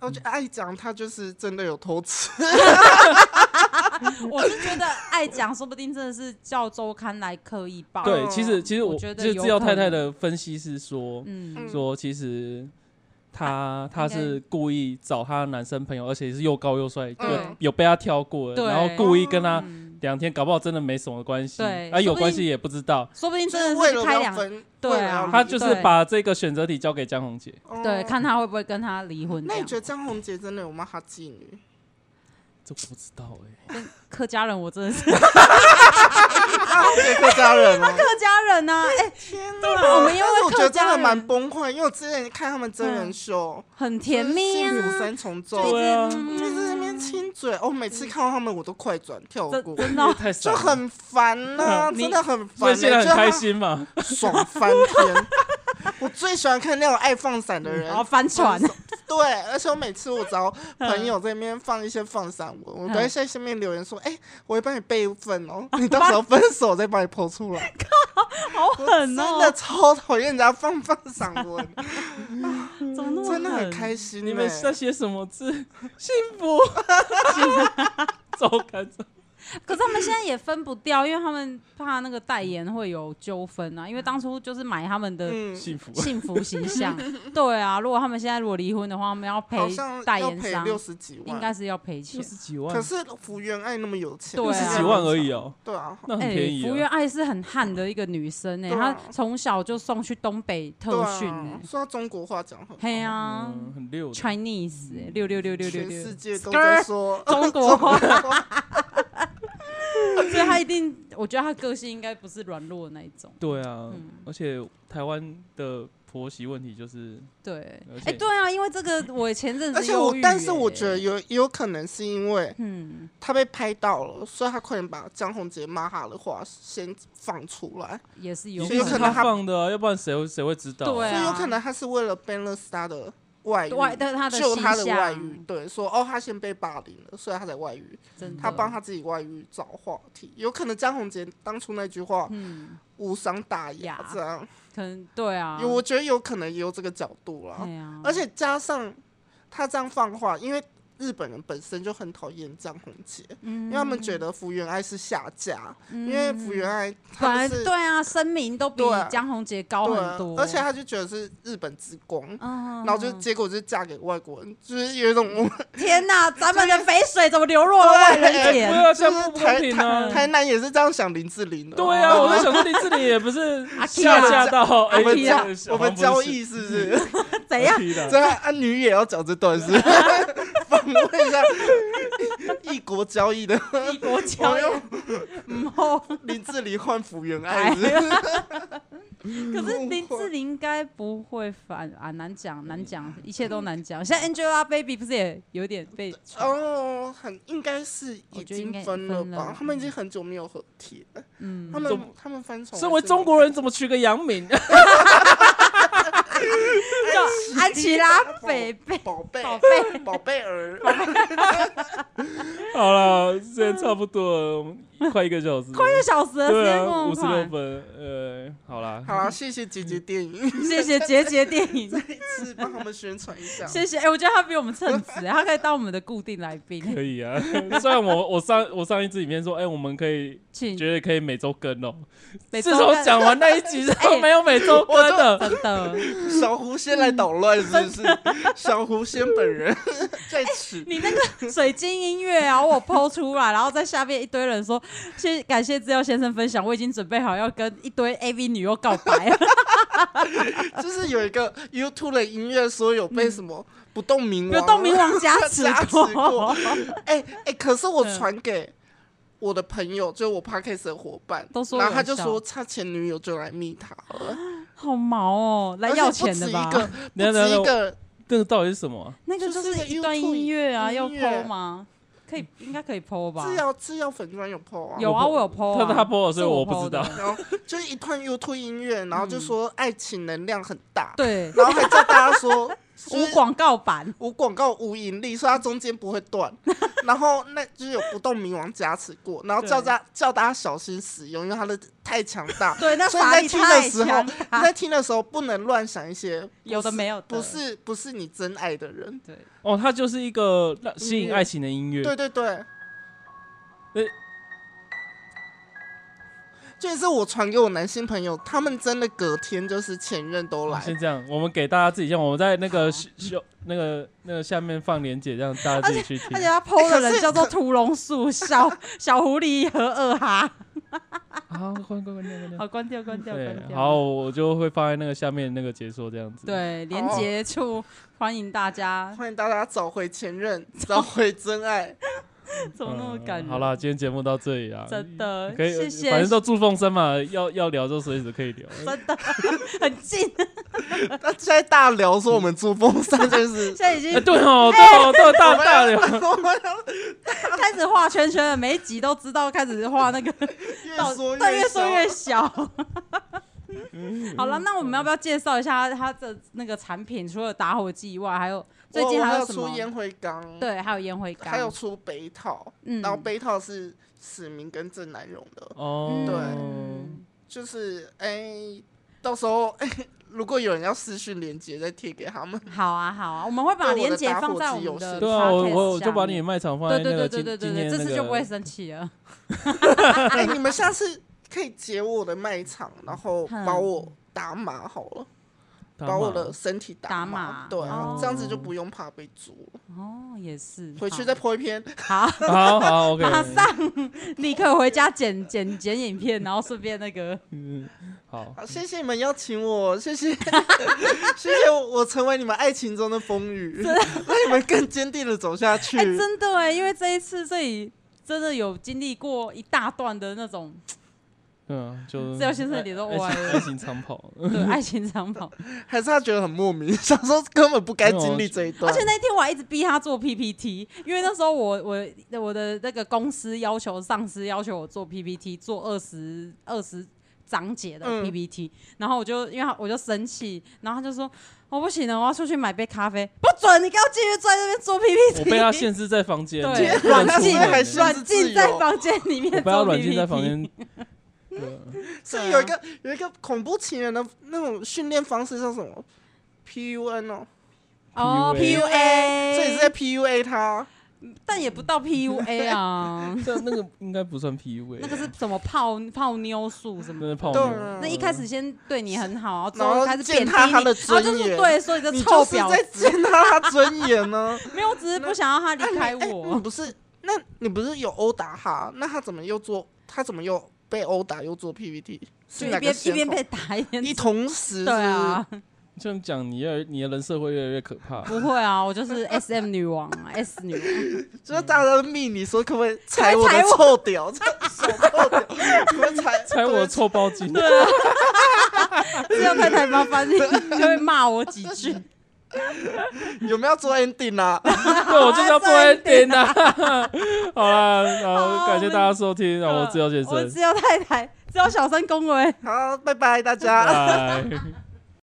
Speaker 3: 我觉得爱讲他就是真的有偷吃，
Speaker 2: 我是觉得爱讲，说不定真的是叫周刊来刻意
Speaker 3: 哦
Speaker 2: 报，
Speaker 1: 对，其实其实我
Speaker 2: 我觉得
Speaker 1: 就是
Speaker 2: 有
Speaker 1: 制药
Speaker 2: 可
Speaker 1: 太太
Speaker 2: 能
Speaker 1: 的分析是说，
Speaker 2: 嗯，啊
Speaker 1: 说其实她她
Speaker 2: 应该
Speaker 1: 是故意找她的男生朋友，而且是又高又帅，
Speaker 3: 嗯
Speaker 1: 有有被她挑过的，
Speaker 2: 对
Speaker 1: 然后故意跟她
Speaker 2: 嗯
Speaker 1: 两天，搞不好真的没什么关系，
Speaker 2: 对
Speaker 1: 啊有
Speaker 2: 说不定
Speaker 1: 关系也不知道，
Speaker 2: 说不定
Speaker 3: 就
Speaker 2: 真
Speaker 3: 是
Speaker 2: 的
Speaker 3: 为
Speaker 2: 是
Speaker 3: 了
Speaker 2: 开
Speaker 3: 要
Speaker 2: 两
Speaker 3: 分，
Speaker 2: 对
Speaker 3: 为了要
Speaker 2: 啊
Speaker 1: 她
Speaker 3: 离
Speaker 1: 就是
Speaker 2: 对
Speaker 1: 把这个选择题交给江宏杰，
Speaker 3: 婚
Speaker 2: 对，
Speaker 3: 哦
Speaker 2: 看他会不会跟他离婚这
Speaker 3: 那你
Speaker 2: 样。
Speaker 3: 觉得张宏杰真的有骂他妓 女？
Speaker 1: 这我不知道哎，
Speaker 2: 客家人，我真的是
Speaker 3: 对客家人哦，
Speaker 2: 客家人呐、啊，哎、
Speaker 3: 天
Speaker 2: 啊对啊我们因为
Speaker 3: 但是我觉得
Speaker 2: 客
Speaker 3: 真
Speaker 2: 家
Speaker 3: 的
Speaker 2: 人
Speaker 3: 蛮崩溃，因为我之前看他们真人秀，
Speaker 2: 很甜蜜
Speaker 3: 就是幸福
Speaker 2: 啊，
Speaker 3: 三重奏，
Speaker 1: 对啊，
Speaker 3: 一直在那边亲嘴，哦，每
Speaker 1: 嗯
Speaker 3: 次看到他们我都快转跳过
Speaker 2: 真，真的哦
Speaker 1: 太傻
Speaker 3: 就
Speaker 1: 了，
Speaker 3: 很烦呐，
Speaker 2: 嗯
Speaker 3: 真的很
Speaker 1: 所
Speaker 3: 烦
Speaker 1: 以
Speaker 3: 欸，
Speaker 1: 现在
Speaker 3: 就
Speaker 1: 很
Speaker 3: 他
Speaker 1: 开心嘛，
Speaker 3: 爽翻天。我最喜欢看那种爱放闪的人
Speaker 1: 嗯
Speaker 2: 然后，翻哦船，
Speaker 3: 对，而且我每次我找朋友在那边放一些放闪文，
Speaker 1: 嗯
Speaker 3: 我都会在下面留言说：“哎、我会帮你备份哦，你到时候分手再帮你剖出 来。
Speaker 2: 好狠
Speaker 3: 真
Speaker 2: 哦、
Speaker 3: 的超讨厌人家放放闪 文，
Speaker 2: 怎么
Speaker 1: 哦
Speaker 2: 那么
Speaker 3: 真的很开
Speaker 2: 心。
Speaker 3: 心、欸。
Speaker 1: 你们在写什么字？幸福，幸福，周刊
Speaker 2: 可是他们现在也分不掉，因为他们怕那个代言会有纠纷啊，因为当初就是买他们的
Speaker 3: 嗯，
Speaker 1: 幸福。
Speaker 2: 幸福形 象。对啊，如果他们现在如果离婚的话，他们要赔
Speaker 3: 好像
Speaker 2: 代
Speaker 3: 要
Speaker 2: 言
Speaker 3: 赔
Speaker 2: 商，
Speaker 3: 六十几万，
Speaker 2: 应该是要赔钱
Speaker 1: 六。十几万
Speaker 3: 可，是福原爱那么有钱，
Speaker 2: 对
Speaker 1: 六
Speaker 2: 啊
Speaker 1: 十几万而已哦，
Speaker 3: 对啊，
Speaker 1: 那很
Speaker 2: 哎、
Speaker 1: 便宜
Speaker 2: 福
Speaker 1: 啊。
Speaker 2: 原爱是很悍的一个女生哎、
Speaker 3: 对啊
Speaker 2: 她从小就送去东北
Speaker 3: 对
Speaker 2: 特训哎、
Speaker 3: 啊，说到中国话讲很好，
Speaker 2: 嘿啊、
Speaker 1: 嗯，很溜的。
Speaker 2: c h i n e s e 六六六六六
Speaker 3: 全
Speaker 2: 六，
Speaker 3: 世界都在 说
Speaker 2: 中国话
Speaker 3: 中国话
Speaker 2: 所以她一定，我觉得她个性应该不是软弱的那一种。
Speaker 1: 对啊
Speaker 2: 嗯，
Speaker 1: 而且台湾的婆媳问题就是，
Speaker 2: 对，
Speaker 1: 而
Speaker 2: 哎、
Speaker 1: 且
Speaker 2: 对啊，因为这个我前阵子、
Speaker 3: 而且我，
Speaker 2: 欸
Speaker 3: 但是我觉得，有也有可能是因为
Speaker 2: 嗯，
Speaker 3: 他被拍到了，所以他快点把张宏杰骂他的话先放出来，
Speaker 2: 也是有
Speaker 1: 一
Speaker 3: 所
Speaker 1: 定
Speaker 3: 以有
Speaker 1: 是
Speaker 3: 可能
Speaker 1: 他
Speaker 3: 他
Speaker 1: 放的啊，要不然谁会谁会知道啊？
Speaker 2: 对啊
Speaker 3: 所以有可能他是为了 balance 他的外遇，
Speaker 2: 外，但是她的
Speaker 3: 救
Speaker 2: 形
Speaker 3: 他的
Speaker 2: 象嗯
Speaker 3: 外遇，，对，说哦他先被霸凌了，所以他才外遇，
Speaker 2: 真的，
Speaker 3: 他帮他自己外遇找话题，有可能张宏杰当初那句话
Speaker 2: 嗯，
Speaker 3: 无伤大雅
Speaker 2: 呀，
Speaker 3: 这样，
Speaker 2: 可能对啊，
Speaker 3: 有我觉得有可能也有这个角度啦，
Speaker 2: 对啊，
Speaker 3: 而且加上他这样放话，因为日本人本身就很讨厌张宏杰，
Speaker 2: 嗯
Speaker 3: 因为他们觉得福原爱是下嫁，因为福原爱
Speaker 2: 本
Speaker 3: 他
Speaker 2: 来
Speaker 3: 不是
Speaker 2: 对啊，声名都比
Speaker 3: 对啊
Speaker 2: 江宏杰高
Speaker 3: 对
Speaker 2: 很
Speaker 3: 啊
Speaker 2: 多，，
Speaker 3: 而且他就觉得是日本之光，
Speaker 2: 嗯，
Speaker 3: 然后就结果就嫁给外国人，就是有一种 我们
Speaker 2: 天哪，咱们的肥水怎么流落了外人
Speaker 1: 对
Speaker 2: 田？
Speaker 1: 啊，这
Speaker 3: 就
Speaker 1: 样不
Speaker 3: 是
Speaker 1: 公
Speaker 3: 台
Speaker 1: 平
Speaker 3: 台
Speaker 1: 啊！
Speaker 3: 台南也是这样想林志玲的，
Speaker 1: 对啊，我在想说林志玲也不是
Speaker 2: 阿 Kira
Speaker 1: 下架到
Speaker 3: 我
Speaker 1: 哎，
Speaker 3: 们
Speaker 1: 这个
Speaker 3: 交
Speaker 2: 啊
Speaker 1: 好像
Speaker 3: 我们
Speaker 1: 不是
Speaker 3: 交易是不是？
Speaker 2: 怎样？
Speaker 3: 这样啊，女也要讲这段是不是 访问一下异国交易的
Speaker 2: 异国
Speaker 3: 哎
Speaker 2: 交易？嗯哦，
Speaker 3: 林志玲换福原爱是不是。
Speaker 2: 可是林志玲应该不会反啊，难讲，难
Speaker 3: 嗯
Speaker 2: 讲，一切都难讲。像 Angelababy 不是也有点被传
Speaker 3: 哦，很应该是
Speaker 2: 我
Speaker 3: 已
Speaker 2: 觉得应该
Speaker 3: 经
Speaker 2: 也
Speaker 3: 分了
Speaker 2: 分
Speaker 3: 吧？
Speaker 2: 了
Speaker 3: 他们已经很久没有合体了。
Speaker 2: 嗯
Speaker 3: 他
Speaker 1: 怎
Speaker 3: 们
Speaker 1: 么
Speaker 3: 他们翻船。
Speaker 1: 身为中国人，怎么取个洋名？
Speaker 3: 哎
Speaker 2: 叫安琪拉贝贝，
Speaker 3: 宝贝
Speaker 2: 宝贝
Speaker 3: 宝贝儿，
Speaker 1: 好了，时间差不多了，我们快一个小时了，快
Speaker 2: 一个小时的时
Speaker 1: 对
Speaker 2: 间
Speaker 1: 啊，
Speaker 2: 过
Speaker 1: 五
Speaker 2: 很
Speaker 1: 十六
Speaker 2: 快。
Speaker 1: 分，呃，好啦，
Speaker 3: 好，谢谢姐姐电影，
Speaker 2: 谢谢杰杰电影
Speaker 3: 再，一次帮他们宣传一下。
Speaker 2: 谢谢。哎，我觉得他比我们称职，他可以当我们的固定来宾，
Speaker 1: 可以啊。 虽然我我上我上一次影片说，哎，我们可以
Speaker 2: 请
Speaker 1: 觉得可以每周更哦，
Speaker 2: 每
Speaker 1: 自
Speaker 2: 周
Speaker 1: 从
Speaker 2: 更
Speaker 1: 讲完那一集之后，
Speaker 2: 哎
Speaker 1: 没有每周更了。
Speaker 2: 真的。
Speaker 3: 小胡先来捣乱是不是？小胡先 本人在此。
Speaker 2: 你那个水晶音乐啊，我抛出来，然后在下面一堆人说谢感谢资料先生分享，我已经准备好要跟一堆 AV 女优告白 了。
Speaker 3: 就是有一个 YouTube 的音乐说有被什么不动明
Speaker 2: 有
Speaker 3: 王啊
Speaker 2: 动明王加持
Speaker 3: 加持
Speaker 2: 过
Speaker 3: 过， 哎哎、可是我
Speaker 2: 嗯
Speaker 3: 传给我的朋友，就是我 Podcast 的伙伴，
Speaker 2: 都说
Speaker 3: 然后
Speaker 2: 有
Speaker 3: 他就
Speaker 2: 效
Speaker 3: 说他前女友就来密他了，
Speaker 2: 好毛哦，来要钱的吧
Speaker 3: 而且？ 不止一
Speaker 1: 等一下等
Speaker 3: 个，不止一
Speaker 1: 一
Speaker 3: 个，
Speaker 1: 那个到底是什么啊？
Speaker 2: 那个
Speaker 3: 就是是一个
Speaker 2: 一段
Speaker 3: YouTube
Speaker 2: 音乐啊，
Speaker 3: 音
Speaker 2: 要
Speaker 3: 乐啊
Speaker 2: 抛吗？可以，应该可以抛吧？
Speaker 3: 制药制药粉砖有 PO 啊，
Speaker 2: 有啊，我有抛啊。
Speaker 1: 他他 po 了所以
Speaker 2: 是
Speaker 1: 我不
Speaker 2: po
Speaker 1: 知道
Speaker 2: 的。
Speaker 3: 然后就是一段 YouTube 音乐，然后就说爱情能量很大，
Speaker 2: 嗯对，
Speaker 3: 然后还叫大家 说
Speaker 2: 无。广告版，
Speaker 3: 无广告无盈利，所以它中间不会 断。然后那就是有不动明王加持过，然后叫
Speaker 2: 对
Speaker 3: 大家叫大家小心使用，因为它的太强 大。
Speaker 2: 对，那
Speaker 3: 所以你
Speaker 2: 法力
Speaker 3: 在听的
Speaker 2: 太
Speaker 3: 时
Speaker 2: 强
Speaker 3: 候，
Speaker 2: 大
Speaker 3: 你在听的时候不能乱想一些不
Speaker 2: 有的
Speaker 3: 是
Speaker 2: 没有的
Speaker 3: 不是不是你真爱的人。
Speaker 2: 对，
Speaker 1: 哦，它就是一个让吸
Speaker 3: 音
Speaker 1: 引
Speaker 3: 乐
Speaker 1: 爱情的音乐。
Speaker 3: 对对对。就是我传给我男性朋友，他们真的隔天就是前任都来，
Speaker 1: 先这样，我们给大家自己用，我们在那
Speaker 2: 好
Speaker 1: 个秀秀那个那个下面放链接，让大家自己去听
Speaker 2: 而且。他抛的
Speaker 3: 哎可
Speaker 2: 人
Speaker 3: 是
Speaker 2: 叫做屠龙术小小狐狸和二哈。
Speaker 1: 好，关关关掉关掉。
Speaker 2: 好，关掉，关掉，关
Speaker 1: 对，
Speaker 2: 掉。
Speaker 1: 好，我就会放在那个下面那个解说这样子。，
Speaker 2: 对，连接处欢迎大 家。
Speaker 3: 欢迎大家找回 前任，找回真爱。
Speaker 2: 怎么那么
Speaker 3: 嗯
Speaker 2: 感人？
Speaker 1: 嗯好啦，，今天节目到这里啊，
Speaker 2: 真的
Speaker 1: 可以，
Speaker 2: 谢谢哎
Speaker 1: 反正都住凤山嘛，要要聊就随时可以聊。
Speaker 2: 真的很近，
Speaker 3: 那现在大聊说我们珠 峰山就是
Speaker 2: 现在已经
Speaker 3: 呃
Speaker 1: 哎，对哦，对哦，对哦
Speaker 3: 我
Speaker 1: 大
Speaker 3: 们
Speaker 1: 大聊，
Speaker 3: 我们要
Speaker 2: 开始画圈圈了，每一集都知道开始画那个，
Speaker 3: 越说
Speaker 2: 对，越
Speaker 3: 越
Speaker 2: 说
Speaker 3: 小
Speaker 2: 越小。 好了，那我们要不要介绍一下它的那个产品？除了打火机以外，还有最
Speaker 3: 我
Speaker 2: 近
Speaker 3: 哦我
Speaker 2: 还
Speaker 3: 还
Speaker 2: 有
Speaker 3: 有
Speaker 2: 什
Speaker 3: 出
Speaker 2: 么？
Speaker 3: 烟灰缸，，
Speaker 2: 对，还有烟灰缸，
Speaker 3: 还有出杯套，
Speaker 2: 嗯
Speaker 3: 然后杯套是史明跟郑南荣的，
Speaker 1: 哦，
Speaker 3: 对
Speaker 2: 嗯
Speaker 3: 就是哎、到时候哎、如果有人要私讯连接，再贴给 他们。
Speaker 2: 好啊，好啊，我们会把
Speaker 3: 对我的
Speaker 2: 链接
Speaker 3: 打火
Speaker 2: 放在
Speaker 3: 机
Speaker 2: 我们
Speaker 3: 游
Speaker 2: 的
Speaker 3: 戏
Speaker 1: 对啊，我
Speaker 2: podcast
Speaker 1: 我我
Speaker 2: 下
Speaker 1: 就把你的
Speaker 2: 面
Speaker 1: 卖场放在那
Speaker 2: 对对
Speaker 1: 个
Speaker 2: 对
Speaker 1: 今
Speaker 2: 对对
Speaker 1: 今
Speaker 2: 对
Speaker 1: 天
Speaker 2: 对，这
Speaker 1: 那
Speaker 2: 次就不会
Speaker 1: 个
Speaker 2: 生气了。
Speaker 3: 哎、你们下次可以截我的卖场，然后
Speaker 2: 嗯
Speaker 3: 把我打码好了，
Speaker 1: 打
Speaker 3: 把我
Speaker 1: 码
Speaker 3: 的身体
Speaker 2: 打
Speaker 3: 码
Speaker 2: 码。
Speaker 3: 对啊
Speaker 2: 哦，
Speaker 3: 这样子就不用怕被捉了。
Speaker 2: 哦，也是，
Speaker 3: 回去
Speaker 2: 好
Speaker 3: 再泼一篇，
Speaker 2: 好，
Speaker 1: 好好 OK，
Speaker 2: 马上立刻回家剪剪剪影片，然后顺便那 个
Speaker 1: 嗯，好，
Speaker 3: 好，谢谢你们邀请我，谢谢， 谢谢我成为你们爱情中的风雨， 让你们更坚定的走下去。
Speaker 2: 哎、真的哎，因为这一次这里真的有经历过一大段的那种
Speaker 1: 嗯，就
Speaker 2: 自由先生的脸都
Speaker 1: 爱
Speaker 2: 歪
Speaker 1: 情
Speaker 2: 了
Speaker 1: 爱情长跑，
Speaker 2: 对爱情长跑，
Speaker 3: 还是他觉得很莫名， 想说根本不该经历这一
Speaker 2: 而
Speaker 3: 段。
Speaker 2: 且那天我还一直逼他做 PPT，因为那时候我我我的那个公司要求上司要求我做 PPT，做二十二十章节的
Speaker 3: 嗯
Speaker 2: PPT，、然后我就因为他我就生气，然后他就说我、哦、不行了，我要出去买杯咖啡，不准你给我继续坐在那边做 PPT，
Speaker 1: 我被他限制在房间，
Speaker 2: 对
Speaker 1: 不能
Speaker 2: 软
Speaker 1: 出
Speaker 2: 禁
Speaker 1: 门
Speaker 3: 还是
Speaker 1: 欸
Speaker 2: 软禁在房间里面
Speaker 1: 我
Speaker 2: 做
Speaker 1: 被他
Speaker 2: PPT，
Speaker 1: 软禁在房间，对啊
Speaker 3: 是有一个有一个恐怖情人的那种训练方式叫什么？PUN 哦，
Speaker 2: 哦
Speaker 1: PUA，
Speaker 2: PUA，
Speaker 3: 所以是在 PUA 他。哦
Speaker 2: 但也不到 PUA 啊
Speaker 1: 这那个应该不算 PUA，
Speaker 2: 那个是什么泡泡妞术什
Speaker 1: 真
Speaker 2: 么
Speaker 1: 的
Speaker 2: 的？
Speaker 1: 泡
Speaker 3: 对
Speaker 1: 妞
Speaker 3: 啊，
Speaker 2: 那一开始先对你很好，之
Speaker 3: 嗯然后
Speaker 2: 开始
Speaker 3: 践
Speaker 2: 贬低
Speaker 3: 踏他
Speaker 2: 你，
Speaker 3: 的
Speaker 2: 然后就
Speaker 3: 尊
Speaker 2: 是
Speaker 3: 严
Speaker 2: 对，说你这
Speaker 3: 你
Speaker 2: 臭
Speaker 3: 就是
Speaker 2: 婊
Speaker 3: 在
Speaker 2: 子，
Speaker 3: 践踏他尊严 呢、
Speaker 2: 没有，我只是不想让他离开
Speaker 3: 你
Speaker 2: 我。
Speaker 3: 不是？那你不是有殴打他？那他怎么又做？他怎么又被殴打又做 PPT？
Speaker 2: 就是一
Speaker 3: 哪
Speaker 2: 边
Speaker 3: 个
Speaker 2: 一
Speaker 3: 先
Speaker 2: 边
Speaker 3: 后
Speaker 2: 被打一边
Speaker 3: 你同时是
Speaker 2: 对啊，
Speaker 1: 这样讲你越来你的人设会越来越可怕。
Speaker 2: 不会啊，我就是 S M 女王啊，S 女王，
Speaker 3: 就是大家都命你说可不可以踩
Speaker 2: 可不
Speaker 3: 我
Speaker 2: 可以
Speaker 3: 的
Speaker 2: 踩我
Speaker 3: 臭屌， 踩手臭屌，可不可以踩
Speaker 1: 猜我臭包金，
Speaker 2: 这样太太麻烦你， 你就会骂我几 句。
Speaker 3: 有没有做 ending 啊？
Speaker 1: 对我就是要做 ending 啊！ 好啦，然后
Speaker 2: 好
Speaker 1: 感谢大家收听，让我自由先
Speaker 2: 我
Speaker 1: 生，
Speaker 2: 只有太太，只有小三恭维。
Speaker 3: 好，拜拜大家。
Speaker 1: 拜。